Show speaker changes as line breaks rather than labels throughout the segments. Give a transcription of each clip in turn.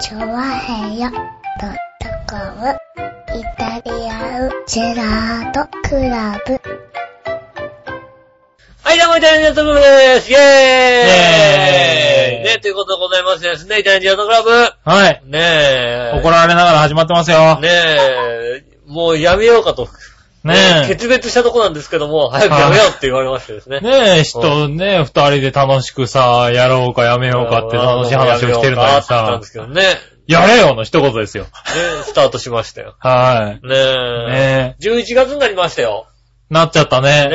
チョワヘヨドットコムイタリアンジェラートクラブ。
はい、どうも、イタリアンジェラートクラブですイェーイ
イェーイ
ね、ということでございますですね、イタリアンジェラートクラブ
はい。
ねえ。
怒られながら始まってますよ。
ねえ、もうやめようかと。
ねえ。
決別したとこなんですけども、早くやめようって言われましてですね。
ねえ、人ね、二人で楽しくさ、やろうかやめようかって楽しい話をしてるのに
やめようかって言ったん
さ
で、すけどね。
やれよの一言ですよ。
ね、スタートしましたよ。
は
ね
い。
え。
ね
11月になりましたよ。
え、なっちゃったね。
ね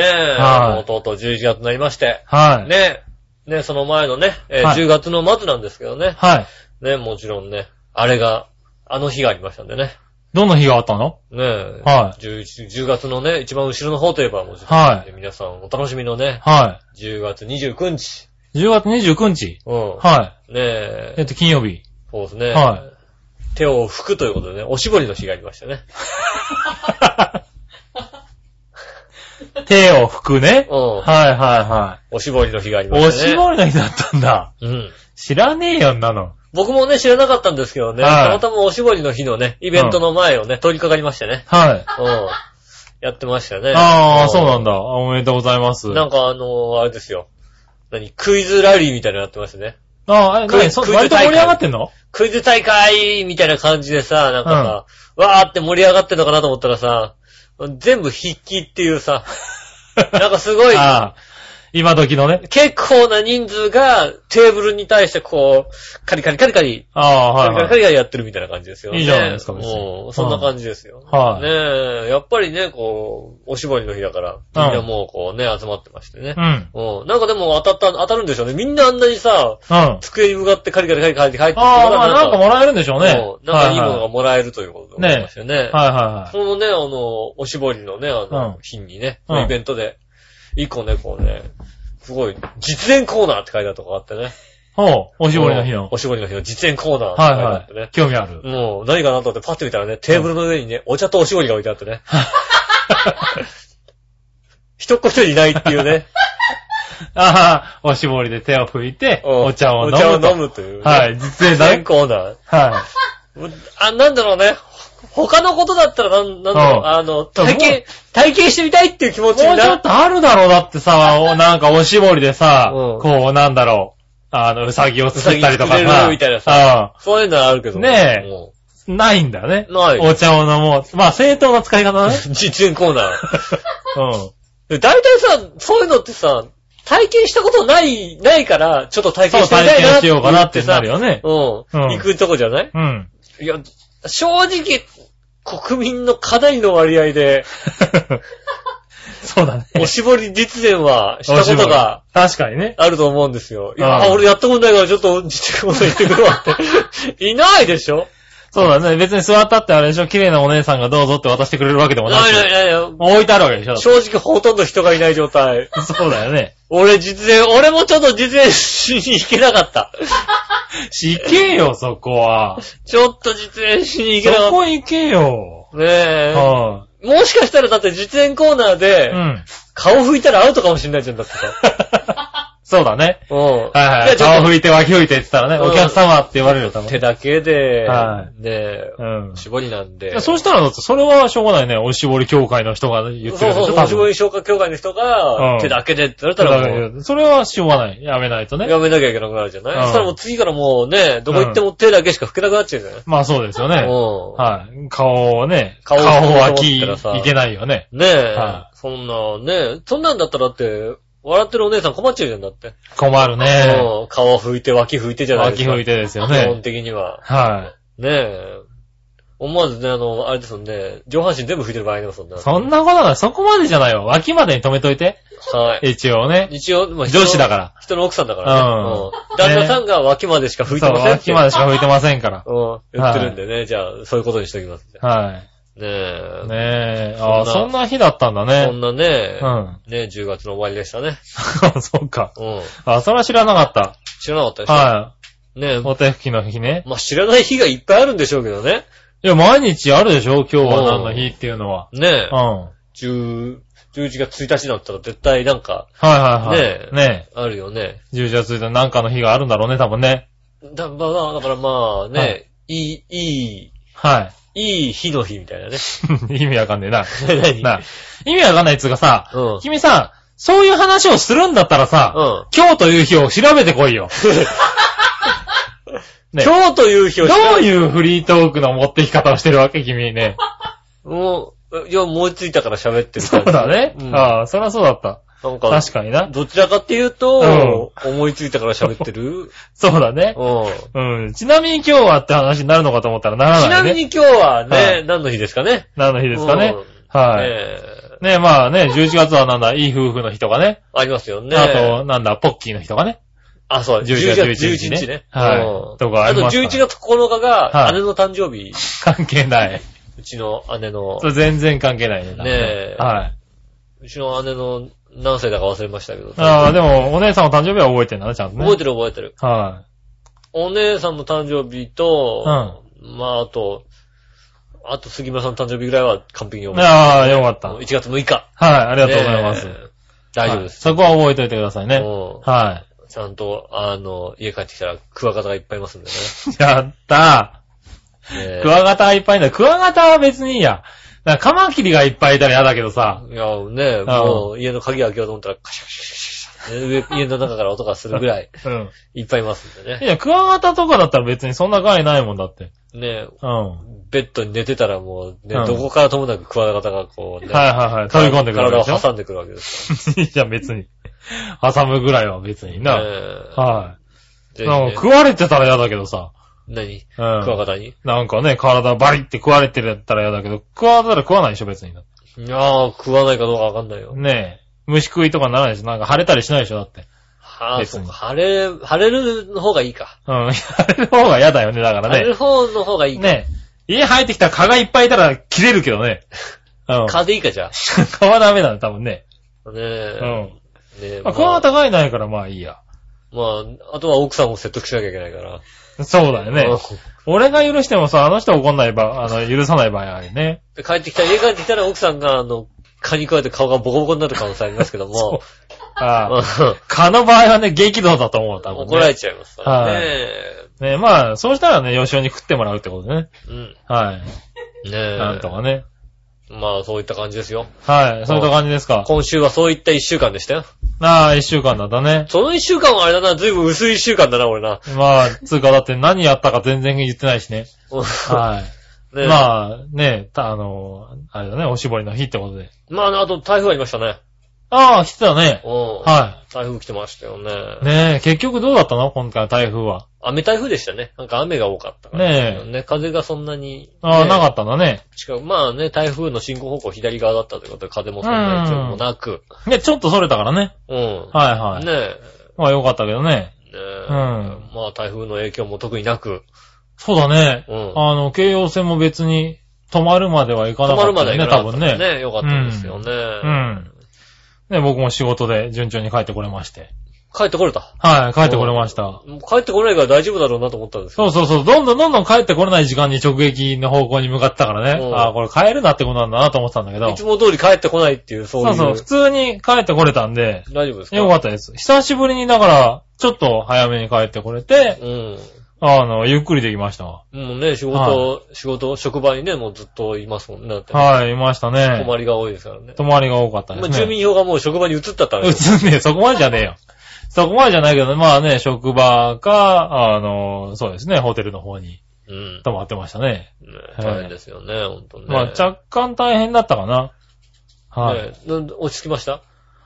え。もう
は
とうとう11月になりまして
い。。はい。
ねえ。ねその前のね、えー
はい
10月の末なんですけどね。
はい。
ね、もちろんね、あれが、あの日がありましたんでね。
どの日があったの
ねえ。
は
11 10月のね、一番後ろの方といえばもちろん、
はい
皆さんお楽しみのね、
は
10月29日。
い。10月29日。
うん。
は
ね
い。え
え
っ、と、金曜 日。
そうですね。
は
手を拭くということでね、おしぼりの日がありましたね。
手を拭くね。
うん
はいはい
おしぼりの日がありま
はい。お
したね。
しぼりの日だったんだ。
りうん。
知らねえよ、んなの。
僕もね、知らなかったんですけどね、
はい
たまたまおしぼりの日のね、イベントの前をね、通りかかりましてね。
はい。
うん。やってましたね。
ああ、そうなん
だ。
だ。あおめでとうございます。
なんかあのーあれですよ。何クイズラリーみたいなのやってましたね。
ああ、え、
クイ
何そ
クイズ
割と盛り上がってんの
クイズ大会みたいな感じでさ、なんかさ、わーって盛り上がってんのかなと思ったらさ、全部筆記っていうさ、なんかすごい、
ああ、今時のね。
結構な人数がテーブルに対してこう、カリカリカリカリ、
ああ、
カ
は
リカ
い、
リ
は
カ
い。
リカリやってるみたいな感じですよね。
いいじゃないですか別に
もう、そんな感じですよ。
はい
ねえ、やっぱりね、こう、おしぼりの日だから、みんなもうこうね、集まってましてね
う。ん。
うん。なんかでも当たった、当たるんでしょうね。みんなあんなにさ、
うん。あ
机に向かってカリカリカリカリって入ってる
あ、
ところ
まあ
が
なんかもらえるんでしょうね。はい
そうなんかいいものが
は
もらえるということでございましたよね。
い。はいはい
そのね、あの、おしぼりのね、あの
う、ん
日にね、
うん
イベントで、一個ね、こうね、すごい、実演コーナーって書いてあるとこがあってね。
ほう、お
お
しぼりの日の。
おしぼりの日の実演コーナーって書いてあっ
は
て
い
ね
はい。。興味ある。
もう、何かなと思ってパッと見たらね、テーブルの上にね、お茶とおしぼりが置いてあって ね。 一っ子一人いないっていう ね。
ああ、おしぼりで手を拭いて、
うん
お茶を飲む
お茶
と。
を飲むというね。
はい、実演
実
だ
演。 コーナー。
は
あ、なんだろうね。ほ他のことだったら、なん、なんだろう。
うん
あの、
でも
体験、体験してみたいっていう気持
い。
ち
も
に
うちょ
な
っとあるだろう。だってさ、おなんかおしぼりでさ、
うん
こう、なんだろう。あの、うさぎを作ったりとか
うさぎ作れ
さ。
るみたいな
さ。
そういうのはあるけど。
ねえ
も
うん。ないんだよね。
ない
お茶を飲もう。まあ、正当な使い方だね。
う実演コー ナー。
うん。
で大体さ、そういうのってさ、体験したことない、ないから、ちょっと体
そ
験
う、
してみ
体
たいな。
験しようかなってなるよね。
うん。
うん
行くとこじゃない
うん。
いや、正直、国民のかなりの割合 で、
そうだね。
おしぼり実演はしたことが、
確かにね。
あると思うんですよ。いや、
うん
あ俺やったことないからちょっと実演コーナー行ってくるわって。 いないでしょ
そうだね。別に座ったってあれでしょ、綺麗なお姉さんがどうぞって渡してくれるわけでもな
ない
い
ない
し。
ないない。
置いてあるわけでしょ。
正直ほとんど人がいない状態。
そうだよね。
俺実演、俺もちょっと実演しに行けなか った。
し行けよ、そこは。
ちょっと実演しに行けなか
そ
っ
こ行けよ。
た。ねえ。
は
もしかしたらだって実演コーナー
い。
で
う、ん。
顔拭いたらアウトかもしれないじゃん、だってさ。
そうだね。
うん。
はいはい。
やちょっと
顔拭いて脇拭いてって言ったらね、
うん
お客様って言われる多分
手。だけで、
は
ねえ、
うん。
絞りなんで。
そうしたらだって、それはしょうがないね。おしぼり協会の人が言って
そ
る
う
でし
そう
ょ、
そう、
多
おしぼ
分。
り消化協会の人が
う、ん
手だけでって言われた
だ
ら
か
もう、
らそれはしょうがない。やめないとね。
やめなきゃいけなくなるじゃない、
うん
そしたらもう次からもうね、どこ行っても手だけしか拭けなくなっちゃうじゃない、
まあそうですよ
う
ね。
ん。
はい。顔をね、
顔
顔
を
を
見
脇
ようと思ったらさ
いけないよね。
ねえ、
は
そんな、ねえ、そんなんだったらだって、笑ってるお姉さん困っちゃうじゃんだって。
困るね。
うん。顔拭いて、脇拭いてじゃないです
脇
か。
拭いてですよ
基本
ね。
的には。
は
ねえ。思わずね、あの、あれですよね、上半身全部拭いてる場合でもそんな。
い。そんなことない。そこまでじゃないよ。脇までに止めといて。
はい。
一応ね。
一応、まあ、
女子だから。
人の奥さんだからね。
うん
うん。旦那さんが脇までしか拭い
そ
て
う、
ませんって。
脇までしか拭いてませんから。
うん。言ってるんでね、じゃあ、そういうことにしておきます。ね
は
え
い。。ねえ。ああ、
そ
そ
ん
んな日だったんだ
そ
ね
ん。なね
う、ん。
ね、10月の終わりでしたね。
そうか。
うん。
あ、それは知らなかっ。
知らなかったでしたょ
は
ね
い。お手拭きの日ね。
まあ、知らない日がいっぱいあるんでしょうけどね。
いや、毎日あるでしょ今日は何の日っていうのは。
ねえ
うん。。は
10 11月1日だったら絶対なんか、
いはいはい
ね。え
ね
あるよね。
え。10月1日なんかの日があるんだろうね、多分ね。
だ、まあ、だからまあね、
はい
いい、い、
はい
いい日の日みた いなね。
い。意味わかんねえな。
何
な意味わかんないっつうかさ、
うん
君さ、そういう話をするんだったらさ、
うん
今日という日を調べてこ いよ。ね
今日という日
ど
を知ら
ういうフリートークの持ってき方をしてるわけ 君ね。
もう、いや、思いついたから喋ってる
そ
感
う
じ。
だね。
うん
ああ、そりゃそうだった。
なんか、
確かにな。
どちらかっていうと、思いついたから喋って る。
そうだね。
うん
うん。ちなみに今日はって話になるのかと思ったらならない、ね。
ちなみに今日は
は
ね
い、
何の日ですかね。
何の日ですかね
うん。
はい。
ね
ねまあね、11月はなんだ、いい夫婦の日とかね。
ありますよね。
あと、なんだ、ポッキーの日とかね。
あ、そう、11月
11月
11
11
日
日
ね
ね。
うん
はいとかあ
あと
りますから
11月9日
は
が
い
姉の誕生日。
関係ない。
うちの姉の
そ、れ全然関係ないね。
ねえ
はい。
うちの姉の何歳だか忘れましたけど。
ああ、でも、お姉さんの誕生日は覚えてんだね、ちゃんとね。
覚えて
る。
る覚えてる。
は
お姉さんの誕生日と、まああと、あと杉村さんの誕生日ぐらいは完璧に
い。
覚えて
ああ、よかった。
る。
はい、
1月6日。
ありがとうございます。
ねえ。大丈夫です。
はいそこは覚えておいてくださいね。
うん
は
ちゃんと、あの、家帰ってきたらクワガタがいっぱいいますんで
い。やった
ね。ねえ
ー。クワガタがいっぱいいんだ。クワガタは別にいいや。なんかカマキリがいっぱいいたら嫌だけどさ。
いや、ねえ、
ん
もう家の鍵開けようと思ったら、カシャカシャカシャカシャカシャ。上家の中から音がするぐら い、
うん。
いっぱいいますんで
い
ね。
や、クワガタとかだったら別にそんな害ないもんだって。
ねえ、
うん。は
ベッドに寝てたらもう、ね、
うん
どこからともなくクワガタがこう
い
ね、
はいはい。飛び込んでくる
体
わ
を
けでし
挟んでくるわけです
ょ。いいじゃん、別に。挟むぐらいは別に
から。
な。
ねえ
は
ぜひ
い。なん
ね
か食われてたら嫌だけどさ。
何
う
クワ
ん。
ガタに
なんかね、体バリって食われてるやったら嫌だけど、食われたら食わないでしょ、別に。
いやー、食わないかどうかわかんないよ。
ねえ。虫食いとかならないでしょ。なんか腫れたりしないでしょ、だって。
はあ、
別
そ
に
うか。晴れ、晴れるの方がいいか。
うん。 腫れる方が嫌だよね、だか
晴れ
ら
る
ね。
方の方がいいか。
ねえ。家入ってきたら蚊がいっぱいいたら切れるけどね。うん。
蚊でいいか、じゃ
蚊はダメだね、多分ね。
あ。ね
う
え。
ん。
ねえ。
まあ、ク
まあ
ワガタ害ないからまあいいや。
まあ、あとは奥さんを説得しなきゃいけないから。
そうだよね。
うん
俺が許してもさ、あの人怒んない場、あの、許さない場合あるね。
で帰ってきたら、家帰ってきたら奥さんが、あの、蚊に食われて顔がボコボコになる可能性ありますけ ども、
あ あ。
う
蚊の場合はね、激怒だと思う、多
ん
分、ね。
怒られちゃいますからね。
ねまあ、そうしたらね、吉尾に食ってもらうってことね。
うん。
はい。
ねえ。
なんとかね。
まあ、そういった感じですよ。
はい。そういった感じですか。
今週はそういった一週間でしたよ。
ああ、一週間だったね。
その一週間はあれだな、ずいぶん薄い一週間だな、俺な。
まあ、つうかだって何やったか全然言ってないしね。は い。
ねえまあ、
まあ、ねた、あの、あれだね、おしぼりの日ってことで。
まあ、あと台風ありましたね。
ああ、来てたね
う。ん。
は
台風来てましたよね。
い。ねえ、結局どうだったの今回の台風は。
雨台風でしたね。なんか雨が多かったからですよね。風がそんなに。
ああ、
ね
なかったんだね。
しかも、まあね、台風の進行方向左側だったということで、風もそんなに強くもなく、
ね、ちょっとそれたからね。
うん。
はいはい。
ねえ、
まあよかったけどね。
ねえ
ん
まあ台風の影響も特になく、
そうだね。
うん
あの、京葉線も別に止まるまではいかな
止
か
まる
っ
ま
た
で
よ
いかな
ね、多
かった
分
ね
ね。
よかったですよね。
うん。ね、僕も仕事で順調に帰ってこれまして。
帰ってこれた。
はい、帰ってこれました。
もう帰ってこれないから大丈夫だろうなと思ったんですけど。
そうそうそう、どんどんどんどん帰ってこれない時間に直撃の方向に向かってたからね
う。ん
ああ、これ帰るなってことなんだなと思ってたんだけど
いつ。も通り帰ってこないっていう、そう
そ
いう。
うそう、普通に帰ってこれたんで、
大丈夫ですか
よかったです。久しぶりにだから、ちょっと早めに帰ってこれて、
うん。
あの、ゆっくりできました。
もうね、仕事、仕事、職場にね、もうずっといますもんね。だってね
はい、いましたね。
泊まりが多いですからね。
泊まりが多かったで
まあ
すね。
住民票がもう職場に移った ったんですよ。
移んねえ、そこまでじゃねえよ。そこまでじゃないけど、まあね、職場か、あの、そうですね、ホテルの方に
うん。
泊まってましたね。
ね大変ですよね、ほんとね。
まあ若干大変だったかな。はい。
ねえな落ち着きました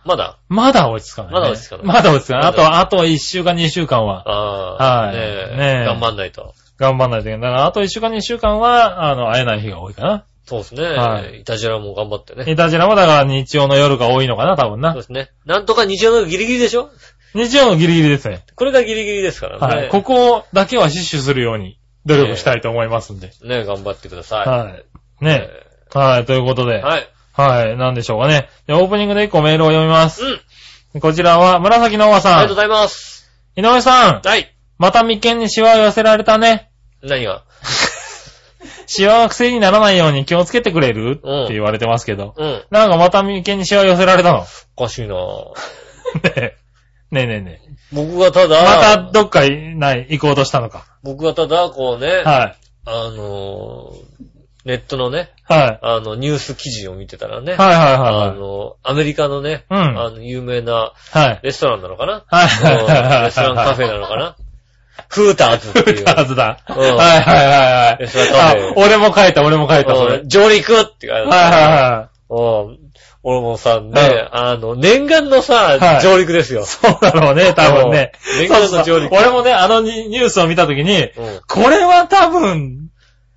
まだ
まだ落ち着かない、ね。
まだ落ち着かない
まだ落ち着かない。
ま
あ
だ
と、あと1週間、2週間は
ああ。
はい
ねえ
ねえ
頑張んないと。
頑張んないといけない。だから、あと1週間、2週間は、あの、会えない日が多いかな。
そうですね。。
はい
たじらも頑張ってね。
いたじらもだから日曜の夜が多いのかな、多分
そう
な
で。すね。なんとか日曜のギリギリでしょ
日曜のギリギリですね。
これがギリギリですからね。
はい。ここだけは死守するように努力したいと思いますんで。
ねえ頑張ってください。
はい。ね。はい、ということで。
はい。
はい、なんでしょうかね。じゃあオープニングで一個メールを読みま
う
す。
ん。
こちらは、紫のおば
あ
さ
りがとうご
ん。
ざいます。
井上さん、
はい。
また眉間にシワを寄せられたね。
何が
シワは癖にならないように気をつけてくれる、
うん
って言われてますけど。
うん。
なんかまた眉間にシワ寄せられたの。
おかしいなぁ
ねえ。ねえねえねえ。
僕がただ、
またどっかいない、行こうとしたのか。
僕がただ、こうね、
は
あのー、ネットのね、
はい。
あの、ニュース記事を見てたらね、
はいはい
あ
はいはい。
の、アメリカのね、
うん
あの、有名な
はい。
レストランなの かな
はいはいはいはいは
う
い
んレストランカフェなのか なフーターズっていう。
はずだ。
うん
はいはいはい
レストランカフ
はい。あ
ェ、
俺も書いた、俺も書いた、それ。は
う
い
ん上陸って書いてある。
は
うん俺もさ、ね、
はい
あの、念願のさ、
はい
上陸ですよ
い。。そうだろうね、多分ね。
うん年
そう
間
そ
の
うそ
上
う
陸。
俺もね、あのニニュースを見たときに、
うん。うん。
これは多分、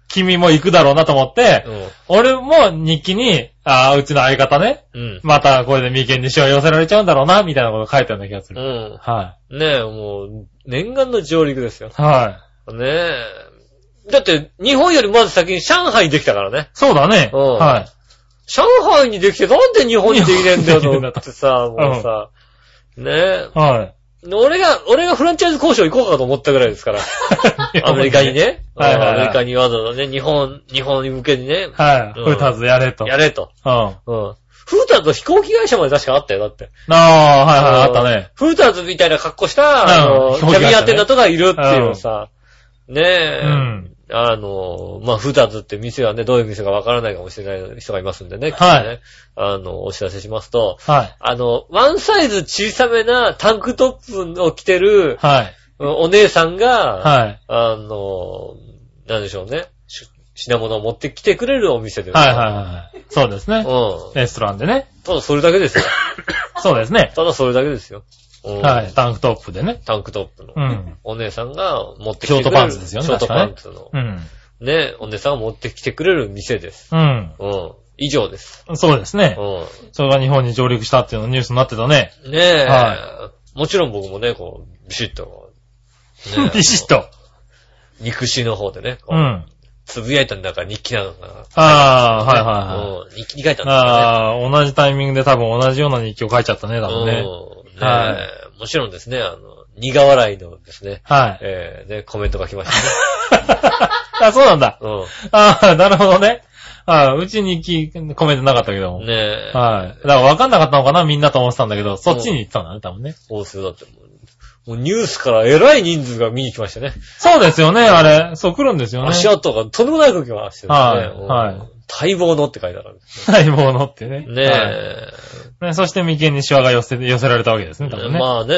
君も行くだろうなと思って、俺も日記に、ああ、うちの相方ね、
うん。
またこれで眉間にしわ寄せられちゃうんだろうな、みたいなこと書いてあるような気がす
う
る。
ん。
は
ねえ、もう、念願の上陸ですよ。
い。はい。
ねえ。だって、日本よりまず先に上海にできたからね。
そうだね。
うん
はい。
上海にできて、なんで日本にできねえんだよ、と思ってさ、
本に
もうさ。ね
は
え。俺が、俺がフランチャイズ交渉行こうかと思ったぐら いですから。
い。
アメリカに。ね。
はいはいはい
アメリカにわざわざね、日本、日本に向けにね、
はい。
うん
フーターズやれと。
やれと。
うん。あ
うん。フーターズと飛行機会社まで確かあったよ、だって。
あ、はいはい、あったね。
フーターズみたいな格好した、あ
う
の、
ん飛
キ
行機会社
ャ
ね
ビンアテンダントがいるっていうさ、ねえ
うん、
あの、まあ、フーターズって店はね、どういう店かわからないかもしれない人がいますんでね、
はい
きっとねあの、お知らせしますと、
はい。
あの、ワンサイズ小さめなタンクトップを着てる
はい。
お姉さんが、
はい。
あの、なんでしょうね、し品物を持ってきてくれるお店で。
はいはいはい。そうですね。
うん。
レストランでね。
ただそれだけ ですよ。
そうですね。
ただそれだけですよ。うん
はい。。タンクトップでね。
タンクトップの。
うん。
お姉さんが持ってきてくれる。
ショートパンツですよね
ショート
確か
パ
ね
ンツの。
うん。
ね、お姉さんが持ってきてくれる店です。
う
うん。以上です。
ん。そうですね。
う
それが日本に上陸したっていうのニュースになってたね。
ん。ねえ。
は
もちろん僕もね、こう、ビシッと。ね
ビシッ。と。
肉子の方でね、こ
う
う、
ん。
つぶやいたんだか日記なのか
ああ、はい
な。
はいはい。
うん。日記に書いたんだか
ああ、同じタイミングで多分同じような日記を書いちゃったね、多
ら
分
ね。
ね。
うん。ね
はい
え。もちろんですね、あの、苦笑いのですね、
はい。
えーね、コメントが来ましたね。
あ、そうなん だ。
うん。
ああ、なるほどね。ああ、うちに日記コメントなかったけども。
ねえ。
はい。だから分かんなかったのかな、みんなと思ってたんだけど、そっちに行ったんだね、多分ね。
そうですよ。だってもう、もうニュースから偉い人数が見に来ましたね。
そうですよね、あれ。そう来るんですよね。
足跡がとんでもない空気がしてるんですね。
はい
うん
はい
待望のって書いてあるんです
細胞のってね。
ね。ね
はい
え。
ねそして眉間にシワが寄せ、寄せられたわけですね、多分ね。
まあね。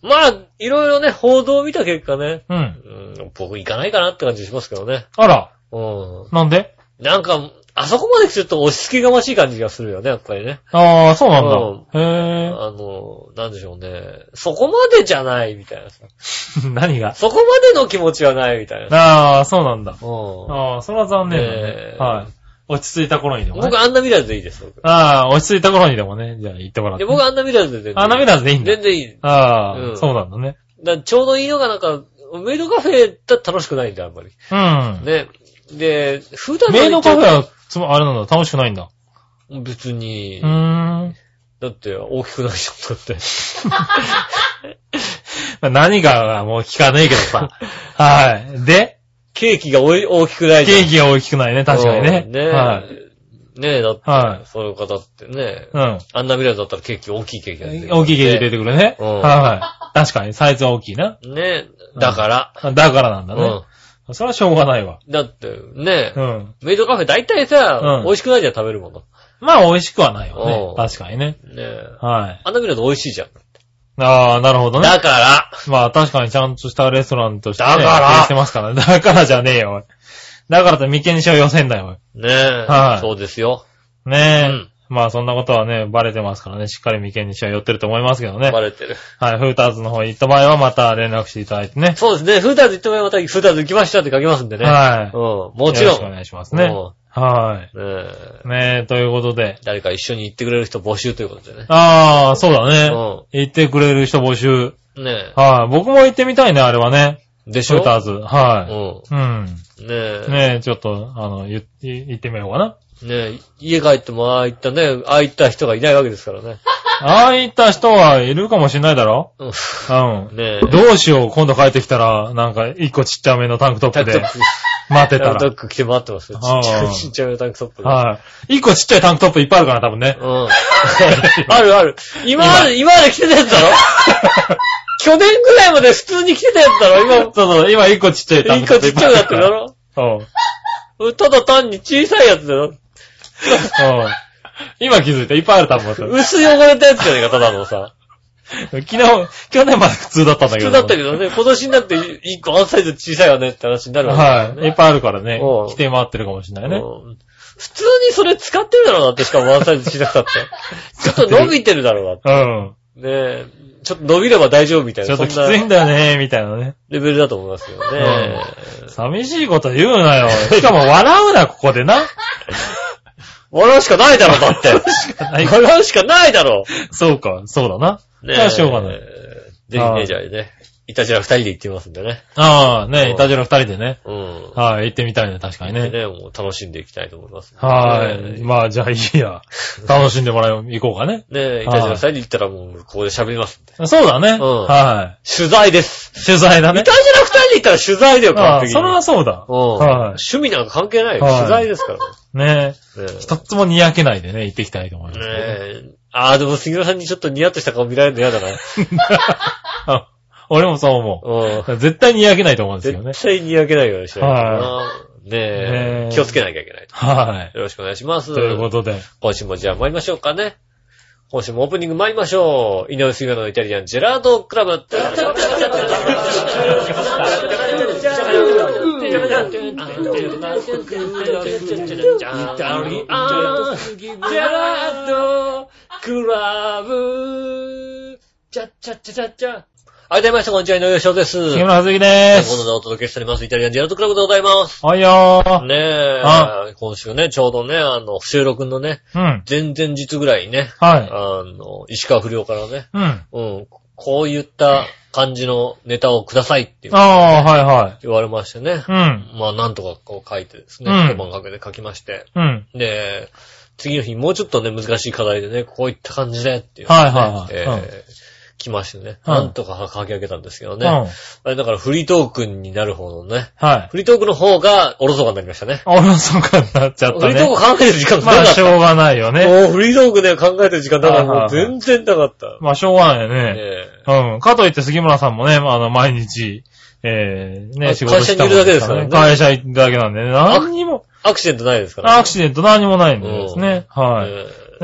まあ、いろいろね、報道を見た結果ね、
うん。
うん、僕行かないかなって感じしますけどね。
あら、
う
なんで
ん。なんか、あそこまで来ると押し付けがましい感じがするよね、やっぱりね。
ああ、そうなんだ。
あ
へ
の、なんでしょうね。そこまでじゃないみたいなさ。
え。何が
そこまでの気持ちはないみたいな。
ああ、そうなんだ。
うん。
ああ、それは残念だ
ね
ね。
え
はい。落ち着いた頃にでもね。
僕、アンナミラーズでいいです、僕。
ああ、落ち着いた頃にでもね、じゃあ行ってもらって。
で、僕、アンナミラーズで全然。
あ、ナミラーズでいいんだ。
全然いい。
ああ、
うん
そうなんだね。
だからちょうどいいのがなんか、メイドカフェだったら楽しくないんだよ、あんまり。
う
ね。で、普段
ん。
の
メイドカフェは、つまあれなんだ、楽しくないんだ。
別に
うー、ん。
だって大きくないじゃん、だって。
何がもう聞かねえけど さ。はい。で、
ケーキがおい大きくないじゃん
ケ。ーキが大きくないね、確かにね
う。んね
はい。
ねえ、だって、
はい
そういう方ってね、
うん。
あんな未来だったらケーキ大きいケーキが出てくる
大きいケーキ入れてくるね。
うん
はい。確かに、サイズは大きいな。
ねえ、だから、
だからなんだね。
う
それはしょうがないわ。
ん。だって、ねえ、
うん。
メイドカフェ大体さ、
うん
美味しくないじゃん、食べるもの。
まあ、美味しくはないよ
うん
ね。確かにね。
ねえ。
はい。
あんな未来だと美味しいじゃん。
ああ、なるほどね。
だから、
まあ確かにちゃんとしたレストランとして、ね、
だから
経営してますからね。 だからじゃねえよ、おいだからって眉間にしを寄せんだよ、
ねえ、
はい
そうですよ。
おいねえ。
うん
まあそんなことはね、バレてますからね、しっかり眉間にしは寄ってると思いますけどね。
バレてる。
はい、フーターズの方に行った場合はまた連絡していただいてね。
そうですね。フーターズ行ってもらえばまた、フーターズ行きましたって書きますんでね。
は
うん
い。。
もちろ
よろし
ん。
くお願いしますね。
う
は
んねえ
い。ねえ、ということで。
誰か一緒に行ってくれる人募集ということでね。
ああ、そうだね。
う
行ってくれる人募集。
ん。ね
はい。僕も行ってみたいね、あれはね。
え。でし
フ
ょ
ーターズ。は
う
い。うん。
ん。ねえ。
ねえ、ちょっと、あの、言って行ってみようかな。
ねえ。家帰っても、ああいったね、ああいった人がいないわけですからね。
ああいった人はいるかもしれないだろ
うん。
うん。
ねえ。
どうしよう、今度帰ってきたら、なんか、一個ちっちゃめのタンクト
タ
ッ
ン
プ
クト
で
ップ、
待っ
タ
てた
ンクト
ら。
ップ着て待ってますよ。ち
あ
っ
あ
ちゃい、ちっちゃいタンクトップで。
はい。一個ちっちゃいタンクトップいっぱいある から、多分ね
う。ん。あるある。今まで、今まで着てたやつだろ去年ぐらいまで普通に来てたやつだろ、
そうそう、今一個ちっちゃい
今。
単
一
語
個ちっちゃくなってるだ
ろ。
ろ
うん。うん。
ただ単に小さいやつだろ
今気づいた。いっぱいある単語だっ
薄汚れたやつじゃねえか、ただのさ。
た。昨日、去年まで普通だったんだ
普
け
通
ど。
だったけどね、今年になって一個アンサイズ小さいよねって話になるわけ
はい。いっぱいあるからね。
うん
来て回ってるかもしれないね。
うん普通にそれ使ってるだろうなって、しかもワンサイズ小さくた って。ちょっと伸びてるだろうなって。
うん。
ねえ、ちょっと伸びれば大丈夫みたい
ちょ
な、
っ
そ
と
ん
きつ
ないレ
んだよね、みたいなね。
ベルだと思いますよね。
寂しいこと言う なよ。しかも笑うな、ここでな。
笑うしかないだろ、だって。
ない
笑うしかないだろ。
そうか、そうだな。
ね
じゃあしょうがない。
ぜひ
は
ね、
い
じゃあね、いたじら二人で行ってみますんでね。
ああ、
うん
ね、いたじら二人でね。
うん。
はい、行ってみたいね、確かにね。
ね、もう楽しんでいきたいと思います。
はい。
ね
まあ、じゃあいいや。楽しんでもらおう、行こうかね。
え、いたじら二人で行ったらもう、ここで喋りますんで。
そうだね。
ん
は
取材です。
い。取材だ
いた
ね
じ。ら二人で行ったら取材だよ、
あ
完
あ、
璧に。
それはそうだ。
うん。
は
趣味なんか関係ないよ。
はい
取材ですから。ね
い。ね
え
一つもにやけないでね、行ってきたいと思います。
ねえ。ああ、でも杉村さんにちょっとニヤッとした顔見られるの嫌 だな。
あ俺もそう思
うん。
う。絶対にやけないと思うんですよね。
絶対にやけないようにしないとな。
ね
ねえ。
え
気をつけなきゃいけない。
はい。
よろしくお願いします。
ということで。
今週もじゃあ参りましょうかね。今週もオープニング参りましょう。井上杉村のイタリアンジェラードクラブ。はい、どうもみなさん、こんにちは、井上翔です。
杉村はずき
とい
で
うこと
す。
でお届けしております、イタリアンジェラードクラブでございます。
はいよー。
ねえ、今週ね、ちょうどね、あの、収録のね、
うん。
前々日ぐらいにね、
はい。
あの、石川不良からね、
うん。あ
うん、こういった感じのネタをくださいって
あー、は
言われましてね
い。はい。
まあ、なんとかこう書いてですね、
うん
手番かけて書きまして。
うん。うん。
で、次の日もうちょっとね、難しい課題でね、こういった感じでっていう、ね。
はいはい
え
はい
ー来ましてね。
うん
なんとか書き上げたんですけど
う
ね。
ん。
あれだからフリートークンになる方のね。
はい。
フリートークの方がおろそかになりましたね。
俺もそうかになっちゃっ
フ
た
リートー
ね。
ク考える時間がなか
まあ、
った
し。ょうがないよね。
もうフリートークで考えてる時間だからもう全然なかった。
まあ、しょうがないよね。
ねえ
うん。かといって杉村さんもね、まあ、あの、毎日、えー、
あ
ね、仕事したもん
会
会社にいるだけなんでね。何にも、
アクシデントないですから、
アクシデント何にもないんですね。はい。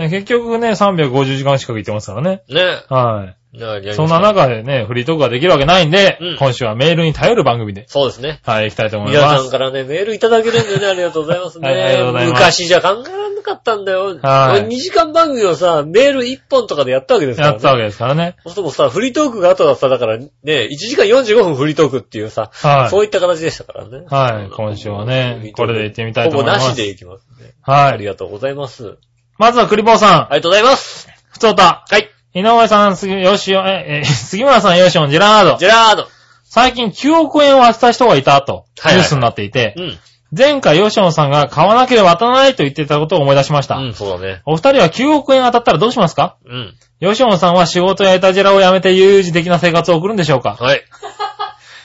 ね
ね結局ね、350時間近く行ってますからね。
えね
は
え。やりま
い。
す
そんな中でね、フリートークができるわけないんで
うん、
今週はメールに頼る番組で、
そうですね。
はい、行きたいと思い
皆
ま
さん
す。
からね、メールいただけるんでね、ありがとうございますね。
はいありがとうございます
昔じゃ考えられなかったんだよ。
はい
2時間番組をさ、メール1本とかでやったわけですから
や
ね。
ったわけですからね。
そうするともうさ、フリートークが後ださ、だからね、1時間45分フリートークっていうさ、
はい。
そういった形でしたからね。
はい。今週はね、これで行ってみたいと思います。
ほぼなしでいきますね。あ
は
り
い。
がとうございます。
まずはクリボーさん。
ありがとうございます。
ふつおた。
はい。
井上さん、杉、よしお、え、 え、杉村さん、よしおん、ジェラード
ジ。ェラード。
最近9億円を当てた人がいたと、
はいはい
ニュースになっていて
う、ん。
前回よしおんさんが買わなければ当たらないと言ってたことを思い出しました。
うん、そうだね。
お二人は9億円当たったらどうしますか
うん。
よしおんさんは仕事やいたじらを辞めて有事的な生活を送るんでしょうか
はい。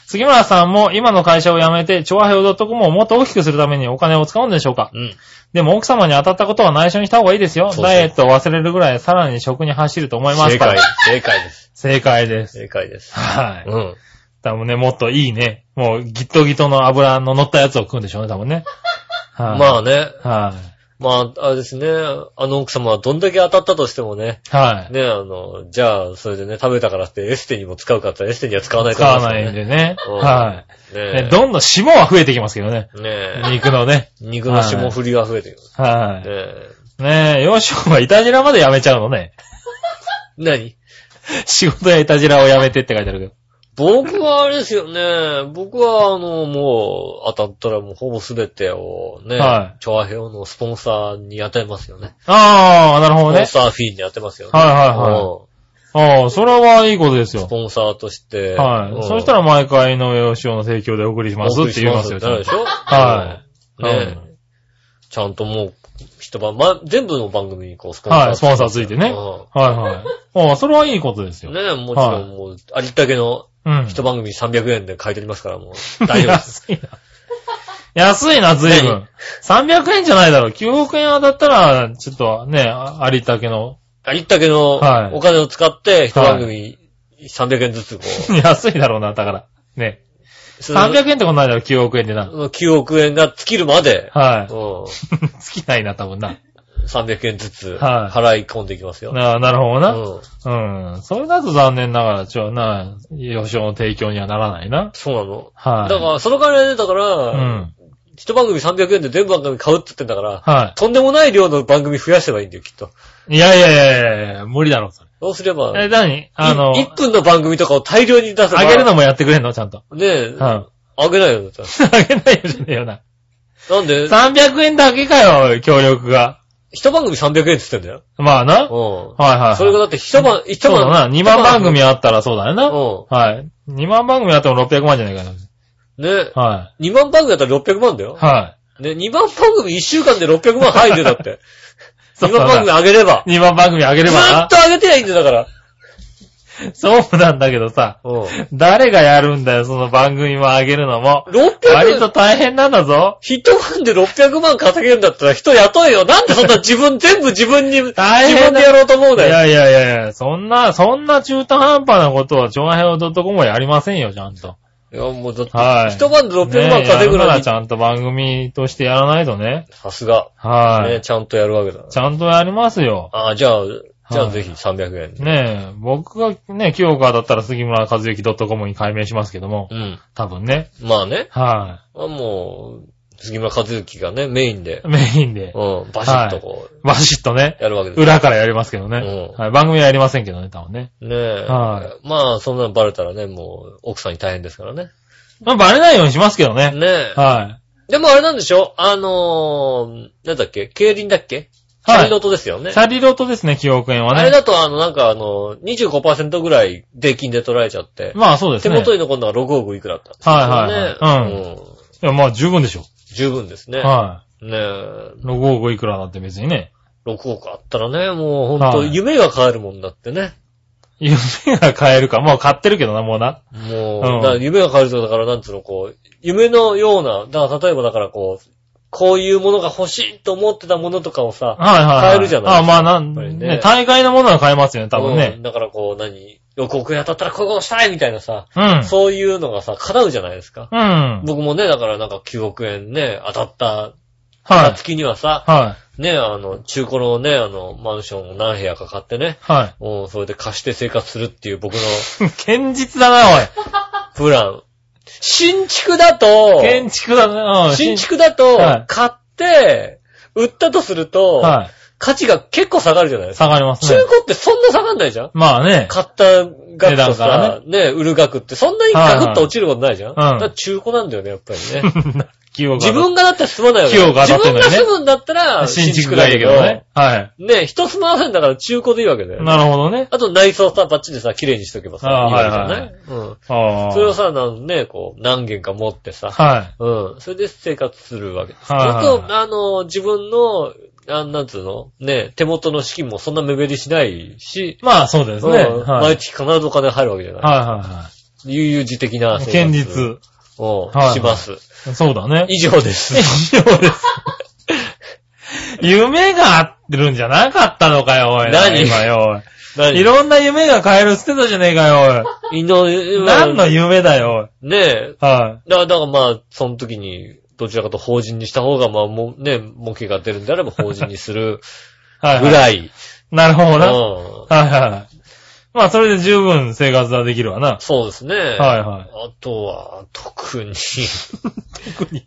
杉村さんも今の会社を辞めて、調和平洋 .com をもっと大きくするためにお金を使うんでしょうか
うん。
でも奥様に当たったことは内緒にした方がいいですよ。
そうそう
ダイエットを忘れるぐらいさらに食に走ると思います
正
から
解。。正解です。
正解です。
正解です。
はい。
うん。
多分ね、もっといいね。もう、ギットギトの油の乗ったやつを食うんでしょうね、多分ね。はい、
まあね、
あ。はい、
まあ、あれですね、あの奥様はどんだけ当たったとしてもね、
はい、
ね、あの、じゃあ、それでね、食べたからってエステにも使うかって言ったらエステには使わない
使
から
わないんでね。
うん
は
ね
い、ねどんどん脂肪は増えてきますけどね。
ねえ
肉のね。
肉の霜降りが増えてる。
は
ね
い、
え
ねえ、洋食はいたじらまでやめちゃうのね。
何
仕事やいたじらをやめてって書いてあるけど。
僕はあれですよね、僕はあの、もう、当たったらもうほぼすべてをね、
は
調和表のスポンサーに当てますよね。
ああ、なるほ
ス
ど
ポン
ね。
サーフィーに当てますよね。
はいはいはい
うん
ああ、それはいいことです
ス
よ。
ポンサーとして。
はい、
うん
そした、ら毎回の洋食の提供でお送りしますって言いますよ。
お送りしますってなるでしょ。
はい
ね
う
え。ちゃんともう、一晩、ま、全部の番組にこう、スポンサー。
はい、スポンサーついてね。
うん
はい はい。ああ、それはいいことですよ。
ねえ、もちろ
はい
んもう、ありったけの
うん。
一番組300円で書いてありますから、もう、大丈夫 です。
安いな。安いな、随分。300円じゃないだろ。9億円当たったら、ちょっとね、あありったけの。
ありったけの
はい
お金を使って、一番組300円ずつこ
安いだろうな、だから。ね。
う。
300円ってこんなんだろ、9億円でな。
うん ?9 億円が尽きるまで、
は
う
い。
ん
尽きないな、多分な。
300円ずつ
はい
払い込んでいきますよ。
ななるほどな。
うん
うん。それだと残念ながら、ちょ、な、予想の提供にはならないな。
そうなの。
はい。
だから、その金で、だか
う
ら、
ん。
一番組300円で全番組買うって言ってんだから、
は
とんでもない量の番組増やせばいいんだよ、きっと。
い。いやいやいやいやいや無理だろ、それ。
そうすれば、
え、何あの、
1分の番組とかを大量に出せば。
あげるのもやってくれんのちゃんと。
ねえ、
うん。
あ
あ
げないよ、だったら
げない よ、じゃねえよな。
なんで、
300円だけかよ、おい協力が。
一番組300円って言ってんだよ。
まあな。はい
うん。
はいはい。
それがだって一晩、一
そう
晩。
だな。2万番組
あ
あったらそうだよな。
う
はい。2万番組あっても600万じゃないかな。
ん。ね
は
二2万番組だったら600万だ
い。
よ。
は
ね、2万番組1週間で600万入るんだって。
い。
2
そう
万番組
だ
上げれば。
な。2万番組あげれ
ず
ば
ー
な
っ。と上げてりゃいいんだよだから。
そうなんだけどさ。
うん。
誰がやるんだよ、その番組もあげるのも。
600
割と
万、
大変なんだぞ。
一晩で600万稼げるんだったら人雇えよ。なんでそんな自分、全部自分に、自
大変だ
分でやろうと思う
い
だよ。
やいやいやいや、そんな、そんな中途半端なことは、長編 .com はやりませんよ、ちゃんと。
いや、もうだって、
はい
一晩で600万稼ぐ
ねえやる
の
な
に
らち、ゃんと番組としてやらないとね。
さすが。
はい。
ね、ちゃんとやるわけだ。
ちゃんとやりますよ。
ああ、じゃあ、じゃあ
はい
ぜひ300円で。
ねえ、僕がね、清川だったら杉村和之 .com に改名しますけども
う、ん。
多分ね。
まあね。
は
あもう、杉村和之がね、メインで
い。、メインで、
うん、バシッとこ
バシッとね
う、、やるわけです。
裏からやりますけどね。
うん
はい、番組はやりませんけどね、多分ね。
ねえ。
は
まあ、そんなのバレたらね、もう、奥さんに大変ですからね。
まあ、バレないようにしますけどね。
ねえ。
は
でもあれなんでしょあのー、なんだっけ競輪だっけ
はい
チャリロトですよ
い。
ね
チ。ャリロトですね、記憶園はね。
あれだと、あの、なんかあの、25%ぐらい税金で取られちゃって、
まあそうです
手
ね。
元に残るのが6億いくらだったんです
はいはいはい
ねうん。
いや、まあ十分でしょ。
十分です ね。
は
ねえ、
い。ロゴ5いくらだって別にね。
6億あったらね、もうほんと
はい
夢が変えるもんだってね。
夢が買えるか。もう買ってるけどな、もうな。
もう、
うん
だから夢が変えるとだからなんつうの、こう、夢のような、だから例えばだからこう、こういうものが欲しいと思ってたものとかをさ、
はいはい、はい。
買えるじゃない
あまあなん、
やっぱりね
ね、大会のものは買えますよね、多分
う
ね
ん。だからこう、何、6億円当たったらこういうことしたいみたいなさ、
うん。
そういうのがさ、叶うじゃないですか。
うん。
僕もね、だからなんか9億円ね、当たった、
はい。
月にはさ、
はい。
ね、あの、中古のね、あの、マンションを何部屋か買ってね、
は
うん、それで貸して生活するっていう僕の
い。 堅実だな、
プラン。新築だ
お
と
い。、建築だな、うん。
新築だと
はい、
買って、売ったとすると、
は
価値が結構下がるじゃないで
い。
すか。
下がります
中
ね。
古ってそんな下がんないじゃん
まあ ね。
買った額
値
と
段か
さ
ら、
ね売る額ってそんなにガクッと落ちることないじゃん、
はいはいうん
だから中古なんだよね、やっぱりね。
企業が。
自分がだって住まないわけ
費用が上
自
が
分が
ってんのにね
住むんだったら、
新築がいいけどね。。はい。
ね一つ回せんだから中古でいいわけだよね。
なるほどね。
あと内装さ、バッチリさ、綺麗にしとけばさ、
あー
いいわけじゃな
はいい
うん。
ああ。
それをさ、なんね、こう、何軒か持ってさ、
はい。
うん。それで生活するわけです。ちょ
はいはい
っと、あの、自分の、あなんつうのね、手元の資金もそんな目減りしないし、
まあそうですね。
うん
はい。はい
毎月必ずお金入るわけじゃない。
は
悠々自適ない
はい。
生活
堅実。
を
はいはい
します。
そうだね。
以上です。
以上です。夢が合ってるんじゃなかったのかよ、おい。
何
今よ、お い。
何
いろんな夢が変えるって言ってたじゃねえかよ、
いの
おい。何の
ね
夢だよ、
え。
おい。は
だだからまあ、その時に、どちらかと法人にした方が、まあ、もうね、儲けが出るんであれば法人にする
い。はい、
ぐ
い。
らい。
なるほ
う
ど
ん
な。はいはいはい。まあ、それで十分生活はできるわな。
そうですね。
はいはい。
あとは、特に、
特に。